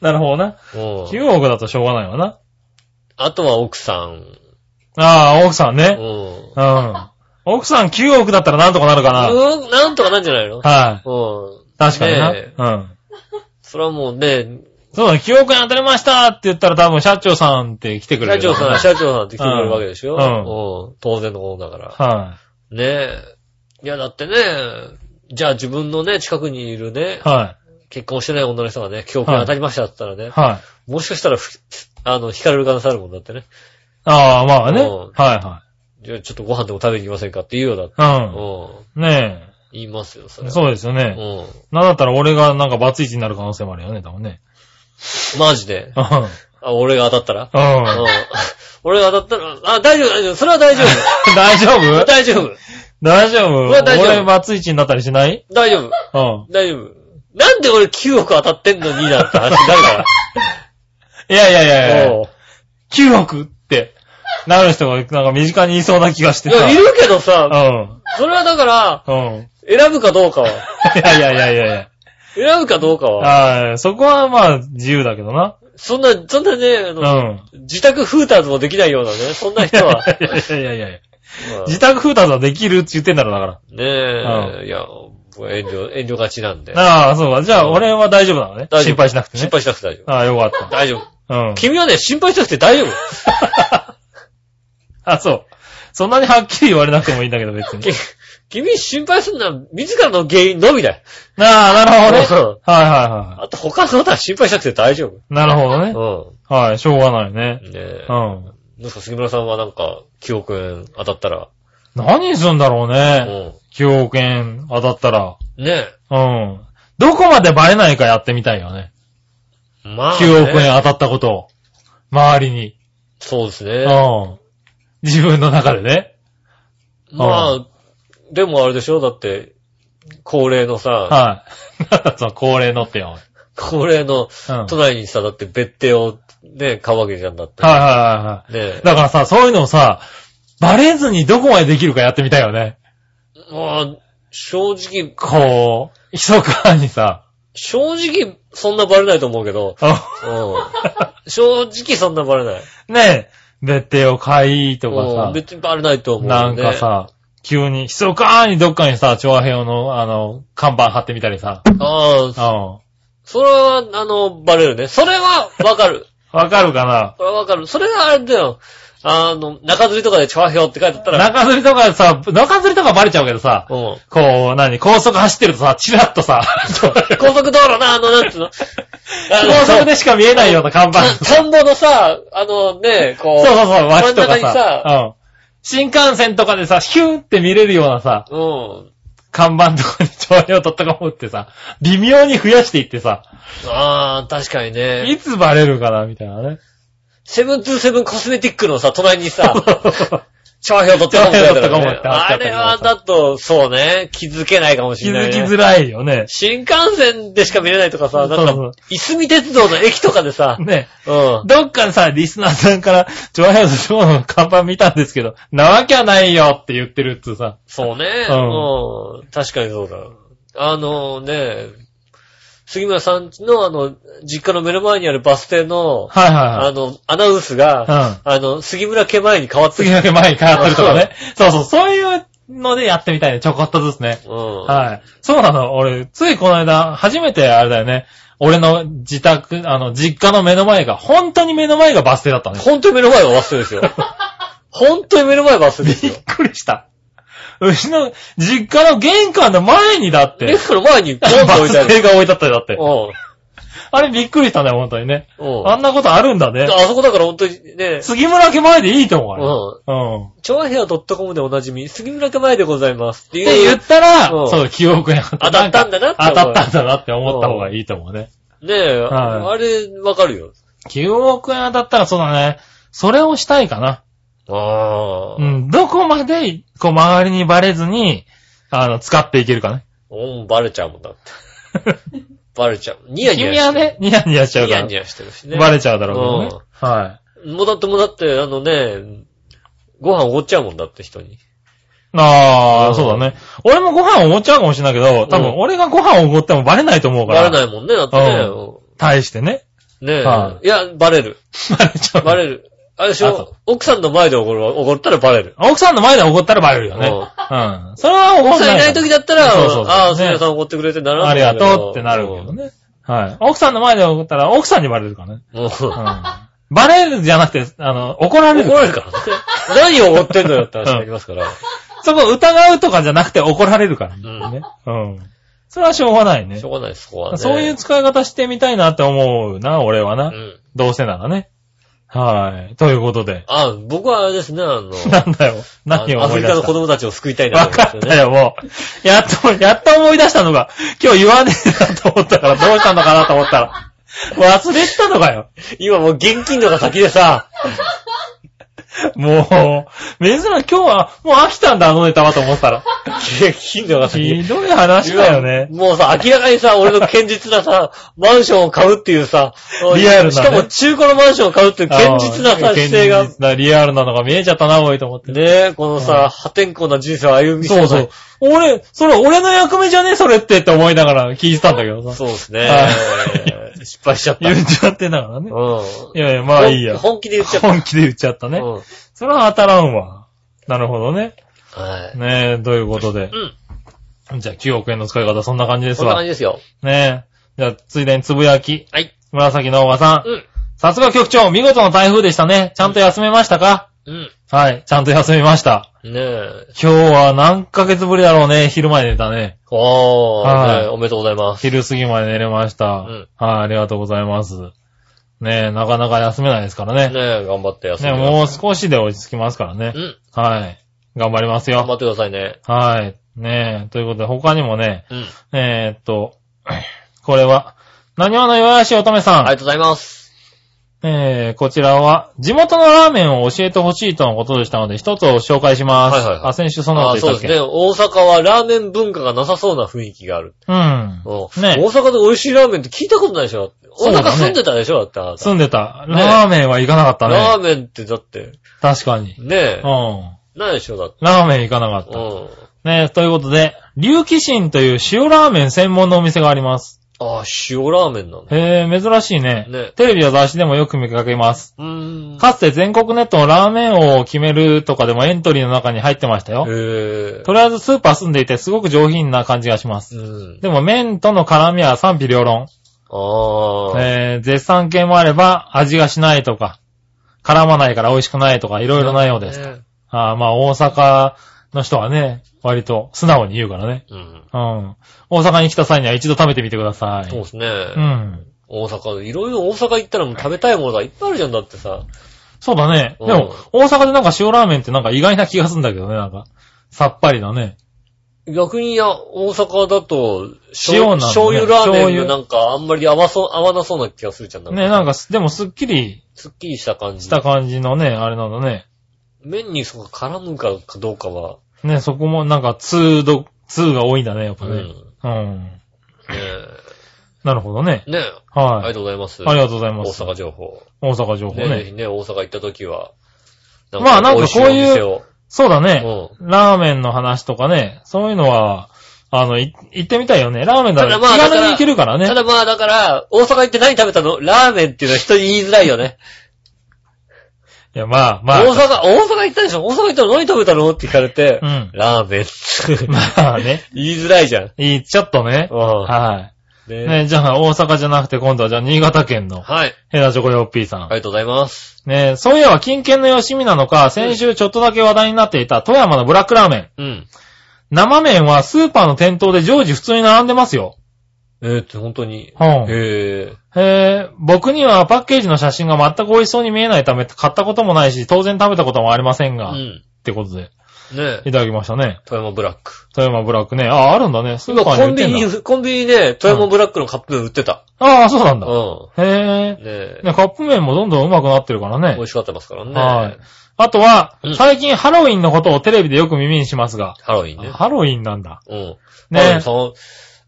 なるほどな。
うん
9億だとしょうがないわな。
あとは奥さん。
ああ、奥さん
う
ね。
ん。
うん。奥さん9億だったらなんとかなるかな。
うん、なんとかなんじゃないの
は
うん。
い。確かにな。
ねえ
うん。
それはもうね、
そうだね、記憶に当たりましたって言ったら多分社長さんって来てくれ
社
るよ
長
ね。
さん、社長さんって来てくれるわけでしょ
うん
うん。当然のことだから。
は
ねえ。いや、だってね、じゃあ自分のね、近くにいるね
い。、は
結婚してない女の人がね、教訓に当たりましたって言ったら
い。
ね、
はい。
もしかしたらふ、あの、惹かれる可能性あるもんだってね。
ああ、まあね。
うん
は
じゃあちょっとご飯でも食べに行きませんかって言うようだって。
いは
う
い。
ん。
うん。ね
言いますよ、それ
え。
は。
そうですよね。
う
なんだったら俺がなんかバツイチになる可能性もあるよね、多分ね。
ん。マジで。
うん。うん。
あ、俺が当たったら うん。俺が当たったら、あ、大丈夫、大丈夫。それは大丈夫。
大丈夫
大丈夫。
大丈夫
は大丈夫
俺、バツイチになったりしない
大丈夫。
うん。
大丈夫。なんで俺9億当たってんのになんて話になるか
いやいやいやい
ら。
や。
おう
9億って、なる人が、なんか身近にいそうな気がして
いや、いるけどさ、
うん。
それはだから、
うん。
選ぶかどうかは。
いやいやいやいやい
選ぶかどうか
や。
は。
はい。そこはまあ、自由だけどな。
そんな、そんなね、あ
う
の、
ん。
自宅フーターズもできないようなね、そんな人は。
いやいやいやいや。
まあ
自宅風達はできるって言ってんだろ、だから。
ねえ、いや、もう遠慮、遠慮がちなんで。
ああ、そうか。じゃあ、俺は大丈夫なのね。
大丈夫
心配しなくてね。
心配しなくて大丈夫。
ああ、よかった。
大丈夫。
うん。
君はね、心配しなくて大丈夫。
あ、そう。そんなにはっきり言われなくてもいいんだけど、別に。
き君心配するのは自らの原因のみだよ。
ああ、なるほ
う
どね。
ん
はいはいは
あと他のことは心配しなくて大丈
い。なるほどね。
夫。
はい、しょうがないね
う。ん。ねえ
う。ん。
なんか杉村さんはなんか、9億円当たったら。
何すんだろう
う
ね。
ん。
9億円当たったら。
ね
うん。どこまでバレないかやってみたいよね。
え。まあね。
9億円当たったことを。周りに。
そうです
う
ね。
ん。自分の中でね。
まあ、でもあれでしょだって、恒例のさ、
はい。 なんだその恒例のってよ。
恒例の、
うん。はい
都内にさ、だって別邸をね、買うわけじゃんだって。
はいはいはい。
ね
だからさ、そういうのをさ、バレずにどこまでできるかやってみたいよね。
え。まあ、正直、
こう、密かにさ。
正直そんなバレないと思うけど、
あ
うん。 正直そんなバレない。
ねえ、別邸を買いと
うん
か
別にバレないと
さ、
思う、ね。
なんか。さ、急に、密かにどっかにさ、調和平和の、あの、看板貼ってみたりさ。
あ
う
あ、
ん。
それは、あの、バレるね。それはわかる。
わかるか
それはわかる。それがあれだよ。あの、中吊りとかでチョアヘオって書いてあった
な
ら、
中吊りとかさ、中吊りとかバレちゃうけどさ、
うん。
こう、何、高速走ってるとさ、チラッ とさ、
高速道路な、あの、なんつうの。あの
高速 でしか見えないような 看板。
た田んぼのさ、あのね、こう。
そうそうそう、
真ん
街と
中
か
に
さ。
さ、
うん。新幹線とかでさ、ヒューって見れるようなさ、
うん。
看板とかに調和を取ったかもってさ、微妙に増やしていってさ、
ああ、確かにね。
いつバレるかな、みたいなね。
セブンツーセブンコスメティックのさ、隣に さ、長編を取っ
長編を取っ
た
たか
か
も
も
って話だ
あ
ったけ
れ
ど
はだと、そうね、気づけないかもしれ
気
ない、
づ
ね。
きづらいよね。
新幹線でしか見れないとかさ、
そう
なん
そう
か、いすみ鉄道の駅とかでさ、
ね。
うん。
どっかでさ、リスナーさんから、調和表との看板見たんですけど、なわけはないよって言ってるっつうさ。
そうね、
う
うん。確かにそうだ。あのね、杉村さんちのあの、実家の目の前にあるバス停の、
はいはいは
あ
い。
の、アナウンスが、あの、杉村家前に変わって
次
きた。
の日前に変わってるとかね。そうそう、そういうのでやってみたいね。ちょこっとずつね。
うん。
はい。そうなの。俺、ついこの間、初めてあれだよね。俺の自宅、あの、実家の目の前が、本当に目の前がバス停だったね。
本当に目の前はバス停です よ。本当に目の前はバス停です
び
よ
っ。くりした。うちの、実家の玄関の前にだっ
レ
て、
フトの前にポ
バ
ンと置いてあ
ス停
る。
が置いてあったよ、だって。
う
あれびっくりしたね、本当にね。
ん。うん。
あんなことあるんだね。
あそこだから本当にね、
杉村家前でいいと思う
う
あれ。
ん。
うん。っ
超平和 .com でおなじみ、杉村家前でございます。って
て
い
言
う
っ、たら、
うん
そう、記憶に
当たったんだなって
当
思う
たったんだなって思った方がいいと思うね。
ねえ、
は
あれ、わかるよ。
9億円当たったらそうだね。それをしたいかな。
あ
う
あ。
ん。どこまで、こう、周りにバレずに、あの、使っていけるかね。
うん、バレちゃうもんだって。 バレちゃう。ニヤニヤ
君はね、ニヤニヤしちゃう
ニ
か
ヤ
ら。
ニヤしてるしね。
バレちゃうだろうけどね。はい。
もうだってもうだって、あのね、ご飯おごっちゃうもんだって人に。
あ
う
あ、
ん
そうだね。俺もご飯おごっちゃうかもしれないけど、多
う
分
ん
俺がご飯おごってもバレないと思うから。
バレないもんね、だってね。
対して ね。
ねえ
はい
や、バレる。
バレ ちゃう。
バレる。あれでし
あ
ょ
と
奥さんの前でおごるわおごったらバレる。
奥さんの前でおごったらバレるよね。
う
うん。それはおご
奥
ん
さ
なんい。
いない時だったら、
そうそうそう
ああ、
ね
杉村さんおごってくれてなら
ありがとうってなるけどね。はい。奥さんの前でおごったら奥さんにバレるからね。
もう、
うん。バレるじゃなくて、あの、怒られる
怒。られるからね。何を怒ってんのよって話になりますから。
そこ疑うとかじゃなくて怒られるからね。
うん
ねうん。それはしょうがないね
しょ。うがない、そこはね。
そういう使い方してみたいなって思うな、俺は
う
な。
ん。
どうせならね。はい。ということで。
あ、僕はあれですね、あの、
なんだよ。何
あの
を
ア
思
フ
い
リ
出
カ
し
の
た
子供たちを救いたいな
わ
と思
か
って
っ
ね
たよ、もう。やっと、やっと思い出したのが、今日言わねえなと思ったから、 どうしたのかなと思ったら。忘れてたのかよ。
今もう現金のが先でさ、
もう、珍しい、今日はもう飽きたんだ、あのネタはと思ってたら。
近所がさ、
ひどい話だよね。
もうさ、明らかにさ、俺の堅実なさ、マンションを買うっていうさ、
リアルなね
しかも中古のマンションを買うっていう堅実なさ
あー
姿勢が、
堅実なリアルなのが見えちゃったな、おいと思って。
ねえ、この
う
さ、破天荒な人生を歩み
そうそう。。俺、それ俺の役目じゃねえ、それってって思いながら聞いてたんだけどさ。
そうですね
は。
失敗しちゃった。
言っちゃってながらね。
うん。
いやいや、まあいいや。
本本気で言っちゃった。
本気で言っちゃったね。
うん
それは当たらんわ。なるほどね。
はい。
ねえ、ということで。じゃあ9億円の使い方そんな感じです
そんな感
わ。
じですよ。
ねえ。じゃあ、ついでにつぶやき。
はい。
紫のおばさん。
うん。
さすが局長、見事な台風でしたね。ちゃんと休めましたか、
う
はい、ちゃんと休みました。
ん。ねえ。
今日は何ヶ月ぶりだろうね。昼前寝たね。
おー、
はい
ねえおめでとうございます。
昼過ぎまで寝れました。
ん
はい、ありがとうございます。ねえ、なかなか休めないですからね。ね
ねえ、頑張って休んで。
もう少しで落ち着きますからね。
うん。
はい。頑張ります
頑張
よ。
ってくださいね。
はい。ねえ、ということで他にもね、
うん。
えー、っと、 これは、何話の岩橋乙女さん。
ありがとうございます。
えー、こちらは、地元のラーメンを教えてほしいとのことでしたので、一つを紹介します。
はいはいはい
あ、先週そんなこ
あ
と
ー
言った
そうで
っけ
すね。大阪はラーメン文化がなさそうな雰囲気がある。
うん。
うん。
ね
大阪で美味しいラーメンって聞いたことないでしょ
そ
大
うだね
阪住んでたでしょだってあなた
住んでた。
ね
ラーメンは行かなかった
ラ
ね。
ーメンってだって、
確かに。
ね
う
え
ん。。ラ
ないでしょだって。
ーメン行かな
う
か
ん。
った。ねということで、龍騎神という塩ラーメン専門のお店があります。
ああ、塩ラーメンなんだ。
へー、珍しいね。
ね
テレビや雑誌でもよく見かけます。
うーん。
かつて全国ネットのラーメン王を決めるとかでもエントリーの中に入ってましたよ。
へえ。
とりあえずスーパー住んでいてすごく上品な感じがします。
うん。
でも麺との絡みは賛否両論。
ああ。
えー、絶賛系もあれば味がしないとか、絡まないから美味しくないとかいろいろなようです。
ね
あーまあ大阪の人はね、割と素直に言うからね。
うん。
うん。大阪に来た際には一度食べてみてください。
そうですね。
うん。
大阪、いろいろ大阪行ったらもう食べたいものがいっぱいあるじゃんだってさ。
そうだね。
うん
でも、大阪でなんか塩ラーメンってなんか意外な気がするんだけどね、なんか。さっぱりだね。
逆にいや、大阪だと、
塩
醤
なんだね
醤油ラーメン
醤
の
油
なんかあんまり合わそう、合わなそうな気がするじゃん。
ね、なんか、でもすっきり
すっきりした感じ
し。た感じのね、あれなんだね。
麺にそこ絡むかどうかは。
ね、そこもなんか通度、通が多いんだね、やっ
う
ぱ
ん。
ね
ね。
うん。
え。
なるほどね。
ねえ。あり
は
が
い。
とうございます。
ありがとうございます。
大阪情報。
大阪情報
ねぜひ
ね。
ね、大阪行った時は。
まあなんかこういう
う。
そうだ
う
ね。
ん。
ラーメンの話とかね、そういうのは、あの、い行ってみたいよね。ラーメンだら
ただ
気
まあだ
軽
か
に
ら
行けるか
た
らね。
だまあだから、大阪行って何食べたのラーメンっていうのは人に言いづらいよね。
いや、まあ、まあ。
大阪、大阪行ったでしょ大阪行ったら何食べたのって聞かれて、
うん
ラーメン。
まあね。
言いづらいじゃん。
いい、ちょっとね。
は。
はいい。
ね
ね、じゃあ、大阪じゃなくて今度はじゃあ、新潟県の、
はい。
ヘナチョコヨッピーさ
あ
ん
り。がとうございます。
ね、そういえば、近県の吉見なのか、先週ちょっとだけ話題になっていた、富山のブラックラーメン。
うん。
生麺はスーパーの店頭で常時普通に並んでますよ。
えーって本当に。
うん。
へえ。
えー、僕にはパッケージの写真が全く美味しそうに見えないため、買ったこともないし、当然食べたこともありませ
う
んが、っ
ん。
てことで、
ねえ。
いただきましたね。
富山ブラック。
富山ブラックね。あ、あるんだね。スー
今
パ
コ
ーに売
ン
って
ビ
んだ。
ニ、コ ンビニで富山ブラックのカップ麺売ってた。
ああ、そうなん
う
だ。
ん。
へえ
ね。え。
ねカップ麺もどんどん上手くなってるから
美
ね
味。しかったますからね。
はい。あとは
う、ん
最近ハロウィンのことをテレビでよく耳にしますが、
ハロウィンね。
ハロウィンなんだ。
うん。
ね
ね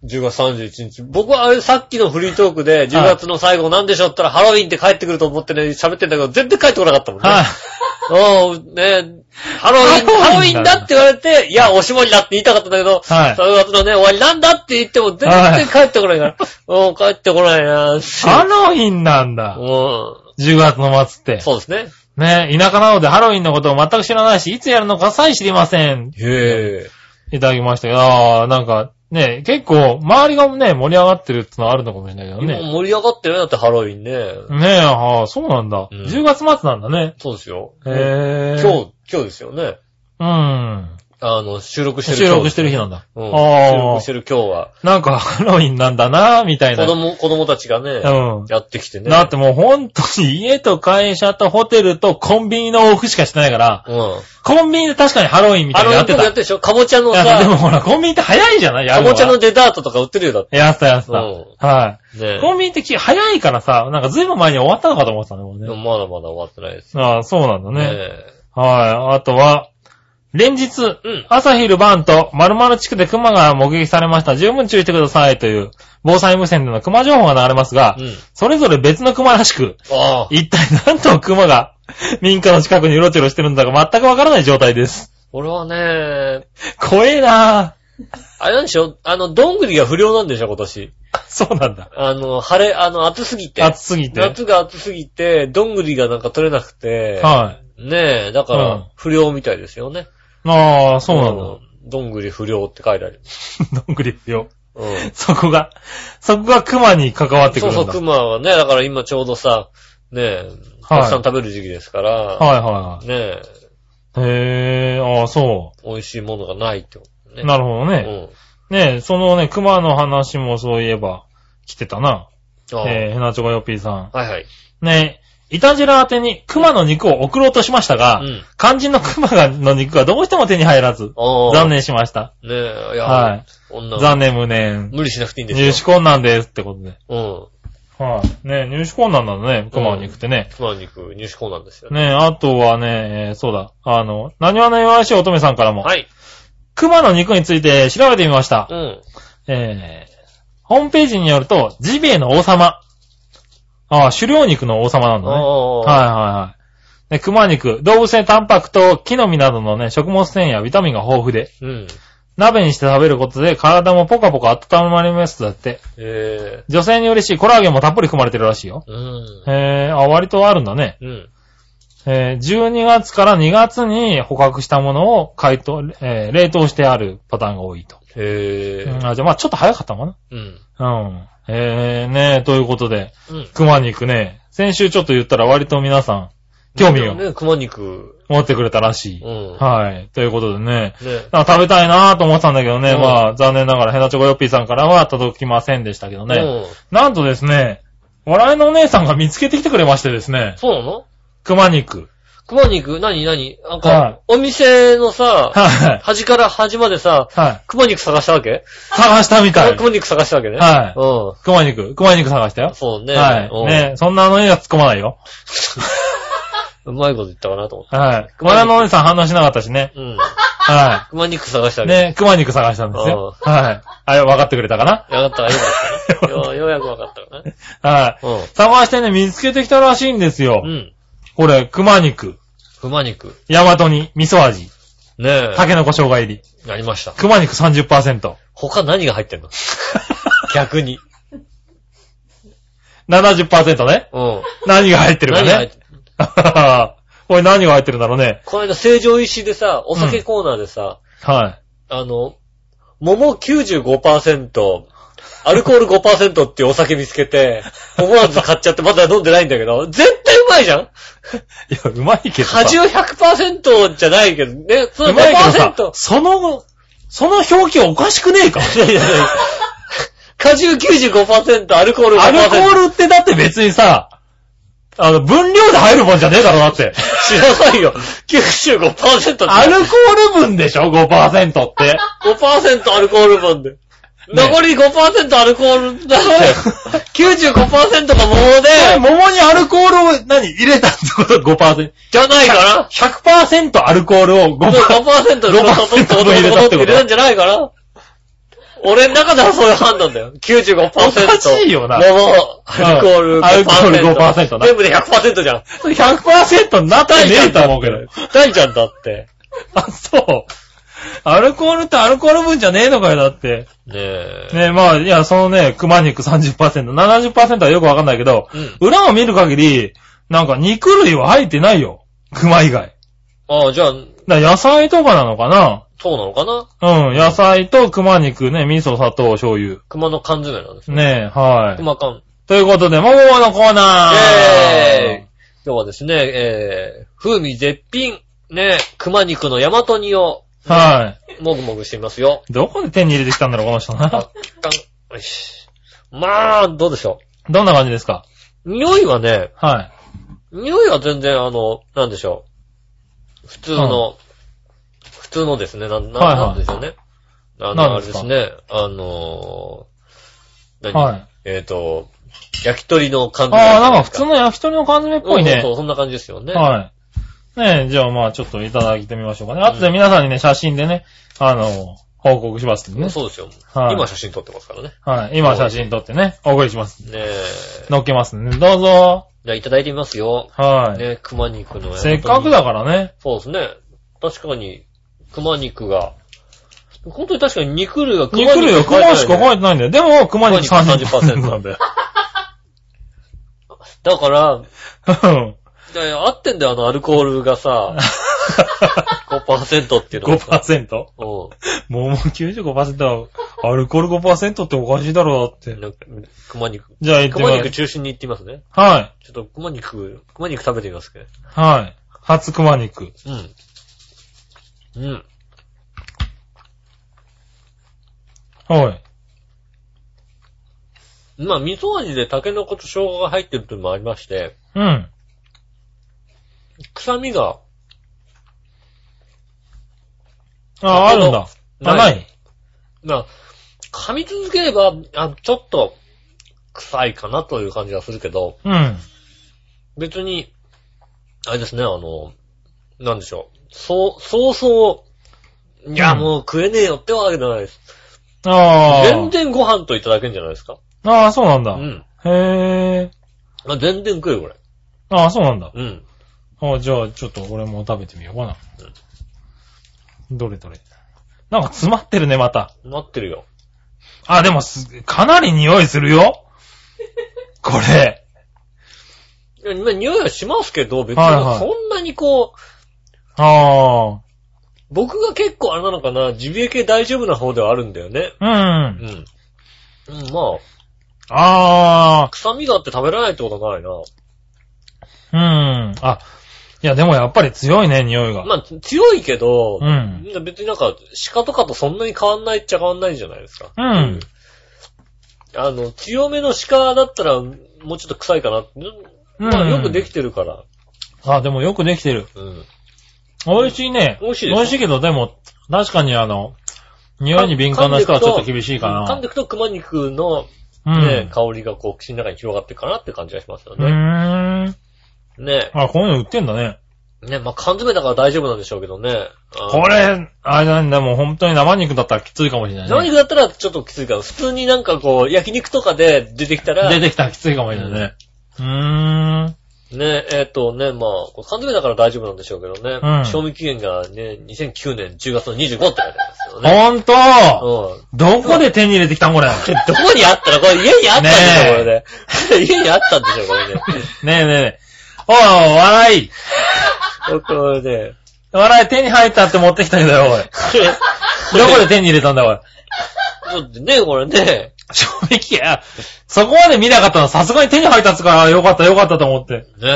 10月31日。僕はあれさっきのフリートークで、10月の最後なんでしょうって言ったらハロウィンって帰ってくると思ってね、喋ってんだけど、全然帰ってこなかったもんね。
はい。
うん、ねハロウィン、
ハ
ハ
ロ
ロ
ウ
ウ
ィ
ィ
ンだ
ンだって言われて、いや、おしぼりだって言いたかったんだけど、
はい
そういうことのね、終わりなんだって言っても全
はい
然帰ってこない から、うん、帰ってこないな
ハ
ぁ。
ロウィンなんだ。
う
10月の末って
ん、。そうですね。
ね田舎なのでハロウィンのことを全く知らないし、いつやるのかさえ知りませ
へ
ん。
え。
いただきましたけど、あーなんか、ね、結構、周りがね、盛り上がってるってのはあるのかもしれないけど
今
ね。
盛り上がってるよだってハロウィンね。
ねえ、あーそうなんだ、
うん
10月末なんだね。
そうですよ。
へえ。
今。日、今日ですよね。
うん。
あの、収録してる
収
今日
録してる日なんだ。
うん収
あ
録
あ
し。てる今日は、
なんか、ハロウィンなんだな、みたいな。
子供、子供たちがね、
うん。
やってきてね。
だってもう本当に家と会社とホテルとコンビニの往復しかしてないから、
うん。
コンビニで確かにハロウィンみた
あ
い
の、
なの
や
やっ
ってて
た。
るでしょかぼちゃの
いやで
さ、
もほら、コンビニって早いじゃないや
か
る
ぼ
のは
ちゃのデザートとか売ってるよ、だって。
やったやった。
う
は
ね
い。コンビニってき早いからさ、なんかずいぶん前に終わったのかと思ってたね、もう
でも
ね。
まだまだ終わってないです。
ああ、そうなんだね。
え
はい。あとは、連日、
うん
朝昼晩と、〇〇地区で熊が目撃されました。十分注意してくださいという、防災無線での熊情報が流れますが、
うん。
それぞれ別の熊らしく、
ああ。
一体何頭熊が民家の近くにうろちょろしてるんだか全くわからない状態です。
俺はね、
怖えな
あれなんでしょあの、どんぐりが不良なんでしょ今年。
ぁ。そうなんだ。
あの、晴れ、あの、暑すぎて。
暑すぎて。はい。
夏が暑すぎて、どんぐりがなんか取れなくて、ねえ、だか
うん
ら、不良みたいですよね。
ああ、そうなんだ。
んどんぐり不良って書いてある。
どんぐり不良。
うん。
そこが、そこが熊に関わってく
そ
る
うん
だ。
そう、熊はね、だから今ちょうどさ、ねえ、
はい
たくさん食べる時期ですから、
はいは
ねえ、
いはい。へえ、ああ、そ
美味しいものがないってことね。
う。なるほどね。
うん。
ねえ、そのね、熊の話もそういえば、来てたな。
ああ
えー、へなちょこよっぴーさ
はいはい。
ん。ねえ、イタジラ宛てに熊の肉を送ろうとしましたが、
うん。
肝心の熊がの肉がどうしても手に入らず、
ああ。
残。念しました。
ねえ、いや、
はい
女は
残念無念。
無理しなくていいん
入
です
手困難ですってことで。
よ。
はい。ねえ、入手困難なんだね、熊の肉ってね
うん。。熊肉、入手困難ですよね。
ねえ、あとはね、えーそうだ。あの、何話の弱いし乙女さんからも、
はい。
熊の肉について調べてみました
う。ん。
えー、ホームページによると、ジビエの王様。ああ、狩猟肉の王様なんだね。は
あ
い
あ。
はいはい。で、熊肉、動物性タンパクと木の実などのね、食物繊維やビタミンが豊富で、
うん。
鍋にして食べることで体もポカポカ温まりますだって。
ええ。
女性に嬉しいコラーゲンもたっぷり含まれてるらしいよ。
うん。
へー、あ、割とあるんだね。
うん。
えー、12月から2月に捕獲したものを解凍、えー冷凍してあるパターンが多いと。
へ
うん
え。
あ、じゃあまあちょっと早かったのか
うん。
な。うん。えー、ねえ、ということで、
うん。
熊肉ね、先週ちょっと言ったら割と皆さん、興味を
ね、熊肉。
持ってくれたらしい。
うん。
はい。ということでね、
ね。
あ食べたいなぁと思ってたんだけどね、
うん
まあ残念ながらヘナチョコヨッピーさんからは届きませんでしたけどね。
うん。
なんとですね、笑いのお姉さんが見つけてきてくれましてですね、
そうなの
熊肉。
熊肉、なになになん
は
か
い、
お店のさ、
はい。
端から端までさ、
はい。
熊肉探したわけ
探したみたい。
熊肉探したわけね。
はい
い。
熊肉、熊肉探した
う
よ
ん。。そうね。
はい。ねそんなあの映画突っ込まないよ。
うん。うまいこと言ったかなと思って。
はい。
熊肉
熊田のお姉さん反応しなかったしね。
うん。
は
熊肉探した
い。
わけ。ね。
ね熊肉探したんですよ。はい。あれ、分かってくれたかな
よかったわ、よ かった。ようようやくわかったわね。
はい。
う
探してね、見つけてきたらしいんですよ
ん。う。ん。
これ、熊肉、
熊肉。
ヤマト煮、味噌味、
ね
タケノコ生姜入り、
え。やりました。
熊肉30%、
他何が入 ってんの逆に。
70%ね。
うん。
何が入ってるか
何が入っ
ね
て。んの
これ何が入ってるんだろうね。
この間、成城石井でさ、お酒コーナーでさ、
は
あの、桃95%、アルコール5%っていうお酒見つけ て、思わず買っちゃってまだ飲んでないんだけど、絶対うまいじゃん
い。いや、うまいけどさ
果。汁100%じゃないけど、ね、その
うまいけどさ
5%、。
その、その表記おかしくねえか
いやいやいや 果汁95%、アルコール5%。
アルコールってだって別にさ、あの、分量で入るもんじゃねえだろ、だ って。
知らないよ。95%って。
アルコール分でしょ ?5% って。
5%アルコール分で。残り5%アルコールだね。95%が桃で、
え桃にアルコールを何入れたってこと5%。
じゃないかな
100%アルコールを5%。
5%の
5%分入れたってこと
入れたんじゃないかな俺の中ではそういう判断だよ。95%。
おかしいよな
桃、アルコール5%。
アルコール5%な
全部で100%じゃん。
100%になってねえと思うけど。
大ちゃんだって。
あ、そう。アルコールってアルコール分じゃねえのかよ、だって。
ねえ。
ねえ、まあ、いや、そのね、熊肉30%、70%はよくわかんないけど、
うん。
裏を見る限り、なんか肉類は入ってないよ。熊以外。
ああ、じゃあ、
だから野菜とかなのかな
そうなのかな
うん、野菜と熊肉ね、味噌、砂糖、醤油。
熊の缶詰なんですね。
ねえ、はい。
熊缶。
ということで、もものコーナー
ええ今日はですね、えー、風味絶品、ね、熊肉の大和煮を、
は
もぐもぐしてみますよ。
い。どこで手に入れてきたんだろう、この人
あ
な。、
一旦、よし。まあ、どうでしょ
どんな感じですか
う。匂いはね、
はい。
匂いは全然、あの、なんでしょう。普通の、普通のですね、なん、なん
はいはい
なんでしょうね。あの、
な
あれ
んで
です
か
すね、あのー、何、
はい。
えっ、と、焼き鳥の感じ
ああ、なんか普通の焼き鳥の缶詰っぽ
そうそ
い
うそ
ね。
う、そんな感じですよね。
はい。ねえ、じゃあまあちょっといただいてみましょうかね。あとで皆さんにね、写真でね、あの、報告しますけどね。
そうですよ。
はい
今写真撮ってますからね。
はい。今写真撮ってね、お送りします。
ねえ。
載っけますね。どうぞ。
じゃあいただいてみますよ。
はい。
ね熊肉の。
せっかく。だからね。
そうですね。確かに、熊肉が。本当に確かに肉類が
肉類は熊しか
ない
入ってないんだよ。でも、熊肉
熊肉30%
30%
な
なんん
だ
だ
よ
よ。
だから、
うん
いやいや合ってんだよ、あのアルコールが さ、5%っていうのがさ。
5%?
う
もうもう95%は、アルコール5%っておかしいだろうだって。
ん。熊肉。
じゃあ行ってみ
熊
ま
肉中心に行ってみますね。
はい。
ちょっと熊肉、熊肉食べてみますけど。
はい。初熊肉。
うん。うん。
はい。
まあ、味噌味でタケノコと生姜が入ってるっていうのもありまして、
うん。
臭みが
あ、あるんだ。
な
あ、
い。
ない。
まあ、噛み続ければ、あちょっと、臭いかなという感じがするけど、
うん。
別に、あれですね、あの、なんでしょう。そう、そうそう、いや、
うん
もう食えねえよってわけじゃないです。
ああ。
全然ご飯といただけんじゃないですか。
ああ、そうなん
う
だ。
ん。
へえ。
あ全然食える、これ。
ああ、そうなんだ。
うん。
あじゃあ、ちょっと俺も食べてみようかな。どれどれ。なんか詰まってるね、また。
なってるよ。
あ、でもす、かなり匂いす るよ。これ。
いやまあ匂いはしますけど、別
はいは
に
い
そんなにこう、
あ
僕が結構あれなのかな、ジビエ系大丈夫な方ではあるんだよね。
あ。うん。
うん。うん、まあ、
あ
臭みがあって食べられないってことはないな。
あ。うん。あ、いや、でもやっぱり強いね、匂いが。
まあ、つ強いけど、
うん
別になんか、鹿とかとそんなに変わんないっちゃ変わんないじゃないですか。
うん
あの、強めの鹿だったら、もうちょっと臭いかな。まあ、よくできてるから。
あ、でもよくできてる。
うん。
美味しいね。
美味しいでしょ
美味しいけど、でも、確かにあの、匂いに敏感な人はちょっと厳しいか
噛ん
な。
でいくと熊肉の、
う
ね、
ん。
香りがこう、口の中に広がっていくかなって感じがしますよ
う
ね。
ーん。
ね。
あ、こういうの売ってんだね。
ね、まあ、缶詰だから大丈夫なんでしょうけどね。あの
これ、あれなんだ、もう本当に生肉だったらきついかもしれない、
生
ね。
肉だったらちょっときついから、普通になんかこう、焼肉とかで出てきたら、
出てきたらきついかもしれないね。うーん。
ねえ、えっ、とね、まあ、これ缶詰だから大丈夫なんでしょうけどね。
うん
賞味期限がね、2009年10月の25って書いてありますよね。
ほんと
うん。
どこで手に入れてき たんこれ。
これどこにあったのこれ家にあったんでしょ、これね
ね。
家にあったんでしょ、これね。
ねえねえねえ。おいおい、笑い。
これね。
笑い手に入ったって持ってきたけどよ、おい。
これ
どこで手に入れたんだ、おい。
ちょっとね、これね。
正直、あそこまで見なかったの、さすがに手に入ったっつうから、よかった、よかったと思って。
ね
うん。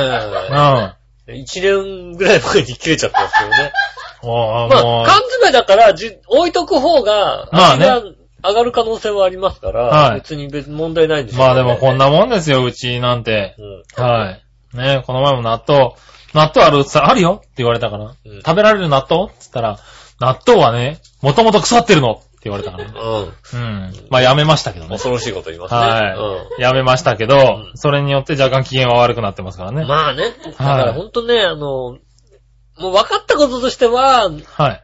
あ
え。1年ぐらい前に切れちゃったんですけどね。
あ、もう、
まあ、缶詰だからじ、置いとく方が、
まあね
味が上がる可能性はありますから、
はい
別に別に問題ないんでしょう
ま
け
あで
どね
もこん。なもんですよ、うちなんて。
うん。
はい。ねこの前も納豆、納豆あるって言ったらあるよって言われたから、
うん
食べられる納豆って言ったら、納豆はね、もともと腐ってるのって言われたからね。
うん。
うん。まあやめましたけどね。
恐ろしいこと言いますね。
は
う
い。やめましたけど、
ん
それによって若干機嫌は悪くなってますからね。
ん。まあね、だからほんとね、あの、もう分かったこととしては、
はい。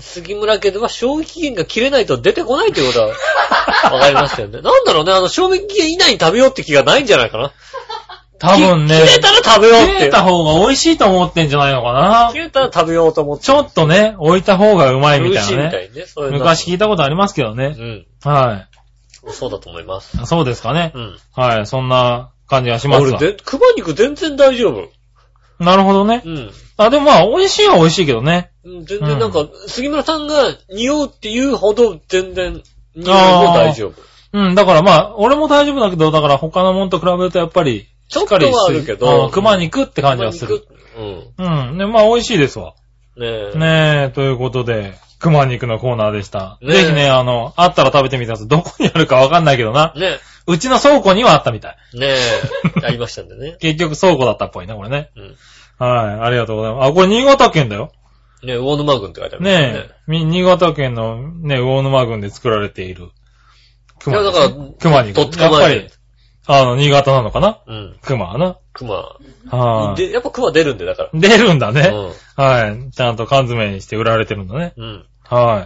杉村家では賞味期限が切れないと出てこないということは分かりましたよ ね。なんだろうね、あの、賞味期限以内に食べようって気がないんじゃないかな。
多分ね、
き切れたら食べようって。
切れた方が美味しいと思ってんじゃないのかな
切。れたら食べようと思って。
ちょっとね、置いた方がうまいみ
美
た
味し
い
い
な
みた
ね。
いにね。そういうの
昔聞いたことありますけどね。は
うん。そうだと思います。
い。そうですかね
う。ん。
はい。そんな感じがします
俺
わ。
で、熊肉全然大丈夫。
なるほどね
う。ん。
あ、でもまあ、美味しいは美味しいけどね。
うん全然なんか、杉村さんが匂うっていうほど全然匂いも大丈夫。
うん。だからまあ、俺も大丈夫だけど、だから他のもんと比べるとやっぱり、
ちょっ
しっ
と
かり
はあ
して
るけど。
うん熊肉って感じがする。
熊肉。
うん。ね、まあ、美味しいですわ。
うん。ねえ。
ねえ、ということで、熊肉のコーナーでした。
ねえ
ぜひね、あの、あったら食べてみてください。どこにあるかわかんないけどな。
ね
うちの倉庫にはあったみたい。
え。ね え。ありましたんでね。
結局倉庫だったっぽいね、これね。
うん。
はい、ありがとうございます。あ、これ新潟県だよ。
ねえ、魚沼郡って書いてある。
ねえ、み新潟県のね、魚沼郡で作られている。
いや、だから、
熊肉。
とっ捕
やっ
ま
ぱ
え
り
て、。
あの、新潟なのかな
うん。
熊はな。
熊。
はい。
で、やっぱ熊出るんで、だか
出るんだ
ら。
ね。
う
はい。ちゃんと缶詰にして売られてるんだね。
ん。うん。
は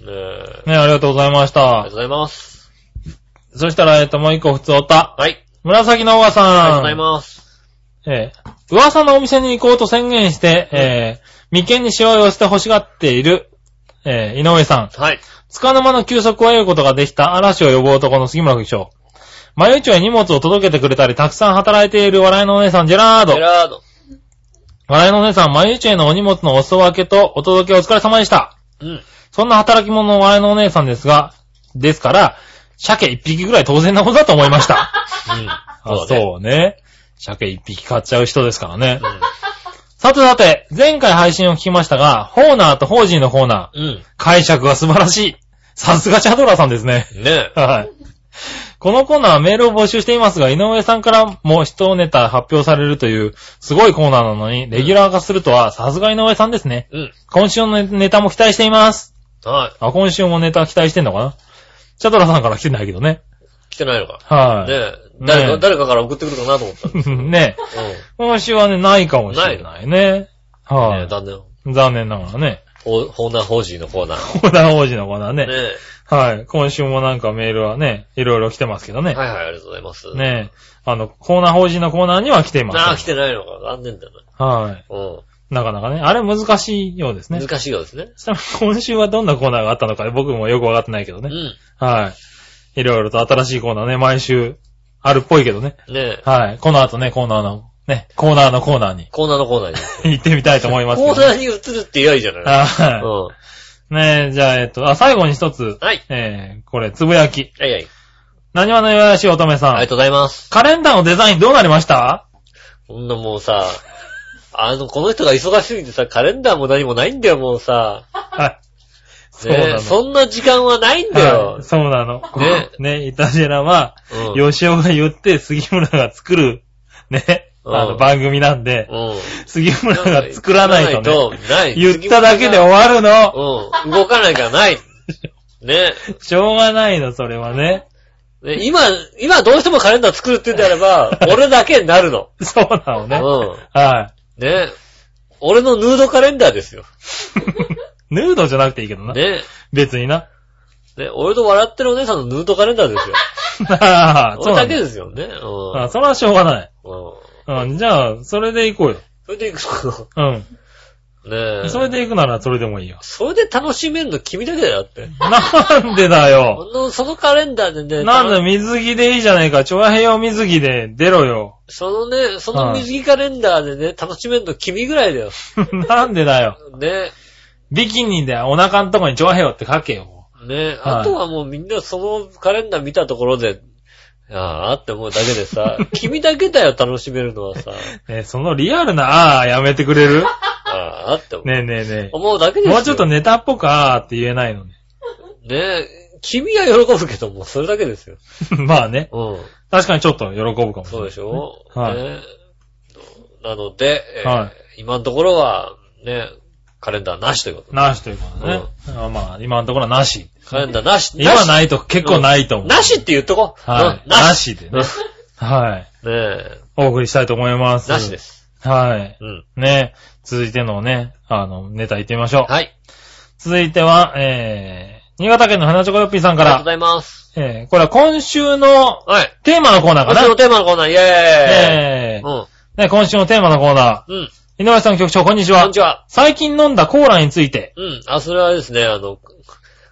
ねえ。
い。ね、ありがとうございまし
ありがと
た
う。ございます。
そしたら、えっと、もう一個、普通おた。
はい。
紫のおばさん。
ありがとうございます。
えー噂のお店に行こうと宣言して、えー眉間にしわを寄せて欲しがっている、えー井上さん。
はい。
つかの間の休息を得ることができた嵐を呼ぶ男の杉村局長。眉市へ荷物を届けてくれたり、たくさん働いている笑いのお姉さん、ジェラー
ジ
ド
ェ。ラード。
笑いのお姉さん、眉市へのお荷物のお裾分けとお届けお疲れ様でした。
うん。
そんな働き者の笑いのお姉さんですが、ですから、鮭一匹ぐらい当然なことだと思いました。あ、
だね
そうね。鮭一匹買っちゃう人ですからね。
うん。
さてさて、前回配信を聞きましたが、ホーナーとホージーのコーナー、
うん。
解釈が素晴らしい。さすがチャドラーさんですね。
ね
はい。このコーナーはメールを募集していますが、井上さんからも一ネタ発表されるという、すごいコーナーなのに、レギュラー化するとは、さすが井上さんですね。
え。うん。
今週のネタも期待しています。
は
あ、今週もネタ期待してんのかなチャドラーさんから来てないけどね。
い。来てないのか。
はい。
ねえ。誰
ねえ
か、誰かから送ってくるかなと思 った。うん。
ねえ。今週はね、ないかもしれないね。
ねえ
は
残念。
い。残念ながらね。
ほう、ほうな、ほうじーのコーナー。
コーナー王子のコーナーね。
ね
はい。今週もなんかメールはね、いろいろ来てますけど
え。
ね。
はいはい、ありがとうございます。
ねえ。あの、コーナー法人のコーナーには来ています。
ああ、来てないのか。残念だな。
は
う
い。なかなかね。あれ難しいようですね
ん。。難しいようですね。
ちなみに今週はどんなコーナーがあったのか僕もよくわかってないけど
う
ね。
ん。
はい。いろいろと新しいコーナーね、毎週あるっぽいけどね。
ねえ。
はい。この後ね、コーナーの、ね、コーナーのコーナーに
コーナーのコーナーに。
行ってみたいと思いますけ
コ
ど
ー
ね、
ナーに移るって嫌いじゃないうん。
はい。
は
ねえ、じゃあ、えっと、あ、最後に一つ。
はい
えー、これ、つぶやき。
いはい。
何話のよやし乙女さん。
ありがとうございます。
カレンダーのデザインどうなりました
こんなもうさ、あの、この人が忙しすぎてさ、カレンダーも何もないんだよ、もうさ。
はい。そうな
ね え、
の。
そんな時間はないんだ
は
よ
い。そうなの。
ね
ね、イタジェラは、
うん。
吉尾が言って杉村が作る、ね、
うん
あの番組なんで、
うん。
杉村が作らないとね、
ない。
言っただけで終わるの。
うん。動かないからない。ね。
しょうがないの、それはね。
ね今、今どうしてもカレンダー作るって言うんであれ ば、俺だけになるの。
そうなの
う
ね。
ん。
は
ね。俺のヌードカレンダーですよ。
い。ヌードじゃなくていいけどな。
ね。
別 にな。
ね、俺と笑ってるお姉さんのヌードカレンダーですよ。
ああ、そ
俺
うな
だ
んだ
け。ですよね。うん。う
あ
ん
それはしょうがない。うん、じゃあ、それで行こうよ。
それで行くそ
うん。
ね
それで行くならそれでもいいよ。
それで楽しめるの君だけだよ、だって。
なんでだ よ
こ。の、そのカレンダーでね、
なんだ、
た
水着でいいじゃないか。調和平洋水着で出ろよ。
そのね、その水着カレンダーでね、楽しめるの君ぐらいだよ。
なんでだよ。
ね。
ビキニでお腹のとこに調和平洋って書けよ。
ねえ、
はい
あとはもうみんなそのカレンダー見たところで、ああって思うだけで さ、君だけだよ、楽しめるのはさ、
ね、そのリアルな、あーやめてくれ る
ああって思う,、
ねえねえね
思うだけで
え。
すよ。
もうちょっと。ネタっぽくあーって言えないのね。
ねえ、君は喜ぶけども、それだけですよ。
まあね。
うん。
確かにちょっと喜ぶかもしれ
そう
ない。
でしょ、
はい
ねえなので、えー
は
今のところは、ね、カレンダーなしということ。
なしということね。あまあ、今のところはなし。
カレンダーなし。
今
い。
ないと結構ないと思う。
なしって言っとこう。
は
うん
い。
な
な
し。
しでね。はい。
ねえ、
お送りしたいと思います。。
なしですす。
はい。
うん。
ね続いてのね、あの、ネタ行ってみましょう。
はい。
続いては、えー、新潟県の花チョコヨッピーさん
あ
か
りがとうござ
ら、
います。
えー、これは今週の
はい。
テーマのコーナーか
今週の
な。
テーマのコーナー、イェーイ。
えー、
うん。
ね、今週のテーマのコーナ
うん。
ー。井上さん局長、こんにち
こ
は。
んにちは。
最近飲んだコーラについて。
うん。あ、それはですね、あの、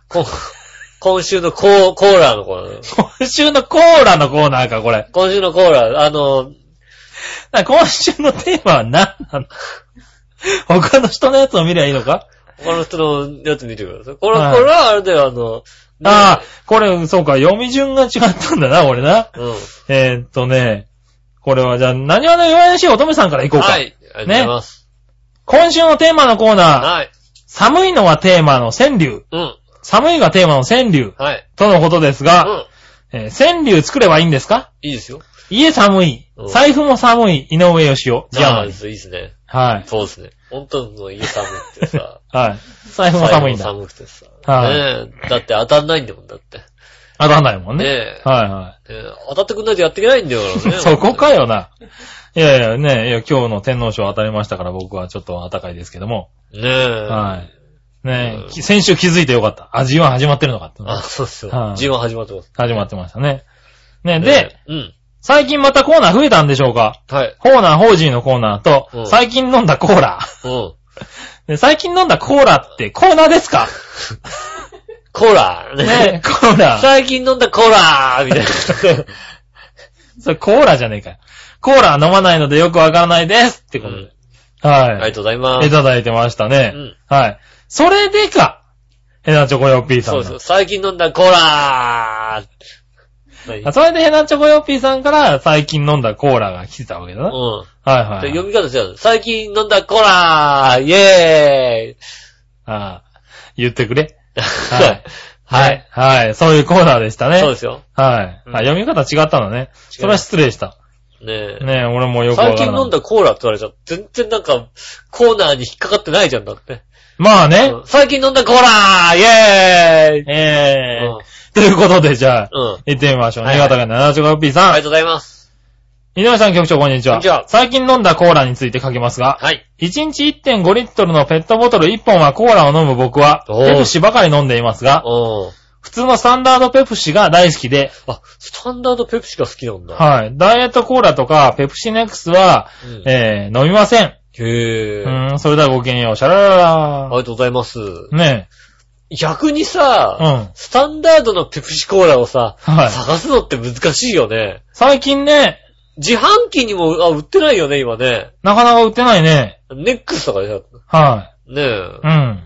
こ、 今週のコー、コーラのコーナー。
今週のコーラのコーナーか、これ。
今週のコーラ、あの、
な今週のテーマは何なの 他の人のやつを見りゃいいのか、
他の人のやつ見てください。これ、
はい
これはあれだよ、あの、ね
ああ、これ、そうか、読み順が違ったんだな、俺な。
う
えー、っとね、これはじゃあ、何話の弱々しい乙女さんからいこ
ん。
うか。
はい。ありがとうございます。
今週のテーマのコーナー。
はい。
寒いのはテーマの川柳。
うん。
寒いがテーマの川柳。
はい。
とのことです
う
が、
ん。
えー川柳作ればいいんですか
いいですよ。
家寒い
うん。
財布も寒い。井上義雄。ジャー
あ
マ
あ、い
ン
い。ですね。
はい。
そうですね。本当の家寒くてさ。
はい。財布も寒いんだ。
寒くてさ。
は
ねえ。だって当たんないんだもん、だって。
当たんないもんね。
ね
はいは
え、ねえ当たってくんないとやっていけないんだから
い。
ね。
そこかよな。いやいやね、いや今日の天皇賞当たりましたから僕はちょっと暖かいですけども。
ねえ。
はい。ね
うん
え、き先週気づいてよかった。あ、G1 始まってるのかって。
あ、そうっすよ。
はい
G1 始まってます。
始まってましたね。ねで、、
うん。
最近またコーナー増えたんでしょうか
はい。
ホーナー、ホージーのコーナーと
う、ん
最近飲んだコーラ。
うん。
で最近飲んだコーラってコーナーですか
コーラー
ね
ね
コーラ。
最近飲んだコーラーみたいな。
それコーラじゃねえかよ。コーラは飲まないのでよくわからないですってこと
う
で
ん。あり
は
が
い。
とうございま
い
す。
ただいてましたね
うん。
はい。それでか、ヘナチョコヨッピーさん
そ
の。
うそう。最近飲んだコーラー何
あそれでヘナチョコヨッピーさんから最近飲んだコーラが来てたわけだな。は
うん。
いはい。
で読み方違う。最近飲んだコーラーイェーイ
ああ言ってくれ。
はい。
は
はいい。
はい。そういうコーナーでした ね。
そうですよ。
はい。
うん
あ、読み方違ったのね。それは失礼した。
ねえ。
ねえ、俺もよくわか
最
らない。
近飲んだコーラって言われちゃう。全然なんか、コーナーに引っかかってないじゃんだって。
まあね
う。ん最近飲んだコーラーイェーイ
ええ
うん
ということで、じゃあ、
うん。
行ってみましょう。
はい
新潟県七5 P
あ
さ
りがと
ん。
うございます。
井上さん局長、こんにちは。
こんにちは
最近飲んだコーラについて書きますが、
はい。
1日1.5リットルのペットボトル1本はコーラを飲む僕は、
おー
ペプシばかり飲んでいますが、
うん。
普通のスタンダードペプシが大好きで、
あ、スタンダードペプシが好きなんだ。
はい。ダイエットコーラとか、ペプシネクスは、
うん
えー、飲みません。
へえ。
う
あ
ーん、それではごきげんよう、シャララ
り
ラ
がとうございます。
ね
逆に
え。う
さ、
ん。
スタンダードのペプシコーラをさ、
はい
探すのって難しいよね。
最近ね、
自販機にも、あ、売ってないよね、今ね。
なかなか売ってないね。
ネックスとかでさ、
は
ねえ
い。う。ん。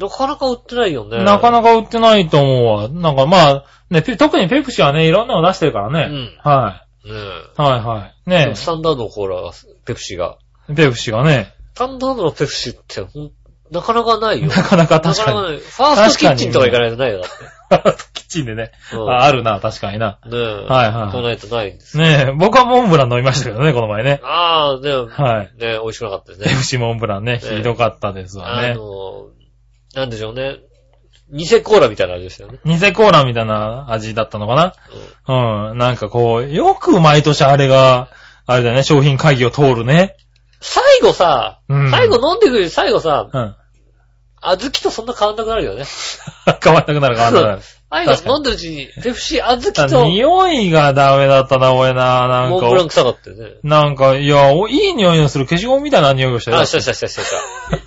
なかなか売ってないよね。
な
か。
かなか売ってないと思うわ。なんかまあ、ね、ペ特にペプシはね、いろんなの出してるからね。
うん
は
ねえ
い。はいはい。
で
ね
もスタンダードのコーラが、ペプシが。
ペプシがね、
スタンダードのペプシって、ほん、なかなかないよ。
なかなか確
な
か
ない。ファーストキッチンとか行かないとないよ。だって
に。 キッチンでね。
うん
ああるな、確かにな。
ねえ。
はいはい
行かないとないんです。
ねえ、僕はモンブラン飲みましたけどね、この前ね。
ああ、ねえ、
はい。
ねえ、美味しくなかったです
ペ
ね。
プシモンブランね、
ええ
ひどかったですわ
あ
ね。
の、なんでしょうね。偽コーラみたいな味ですよね。
偽コーラみたいな味だったのかなうん。なんかこう、よく毎年あれが、あれだよね、商品会議を通るね。
最後さ、
うん
最後飲んでくる最後さ、
うん。
小豆とそんな変わんなくなるよね。
変わったくなる変わったくなる。
最
確か
後
に
飲んでるうちに、ペプシ小豆
ただ
と、
匂いがダメだったな、俺な。な
モンブラン
んか、
臭かったよね。
なんか、いや、おいい匂いのする消しゴムみたいな匂いをしたよ。
あ、し
した
したしたしたした。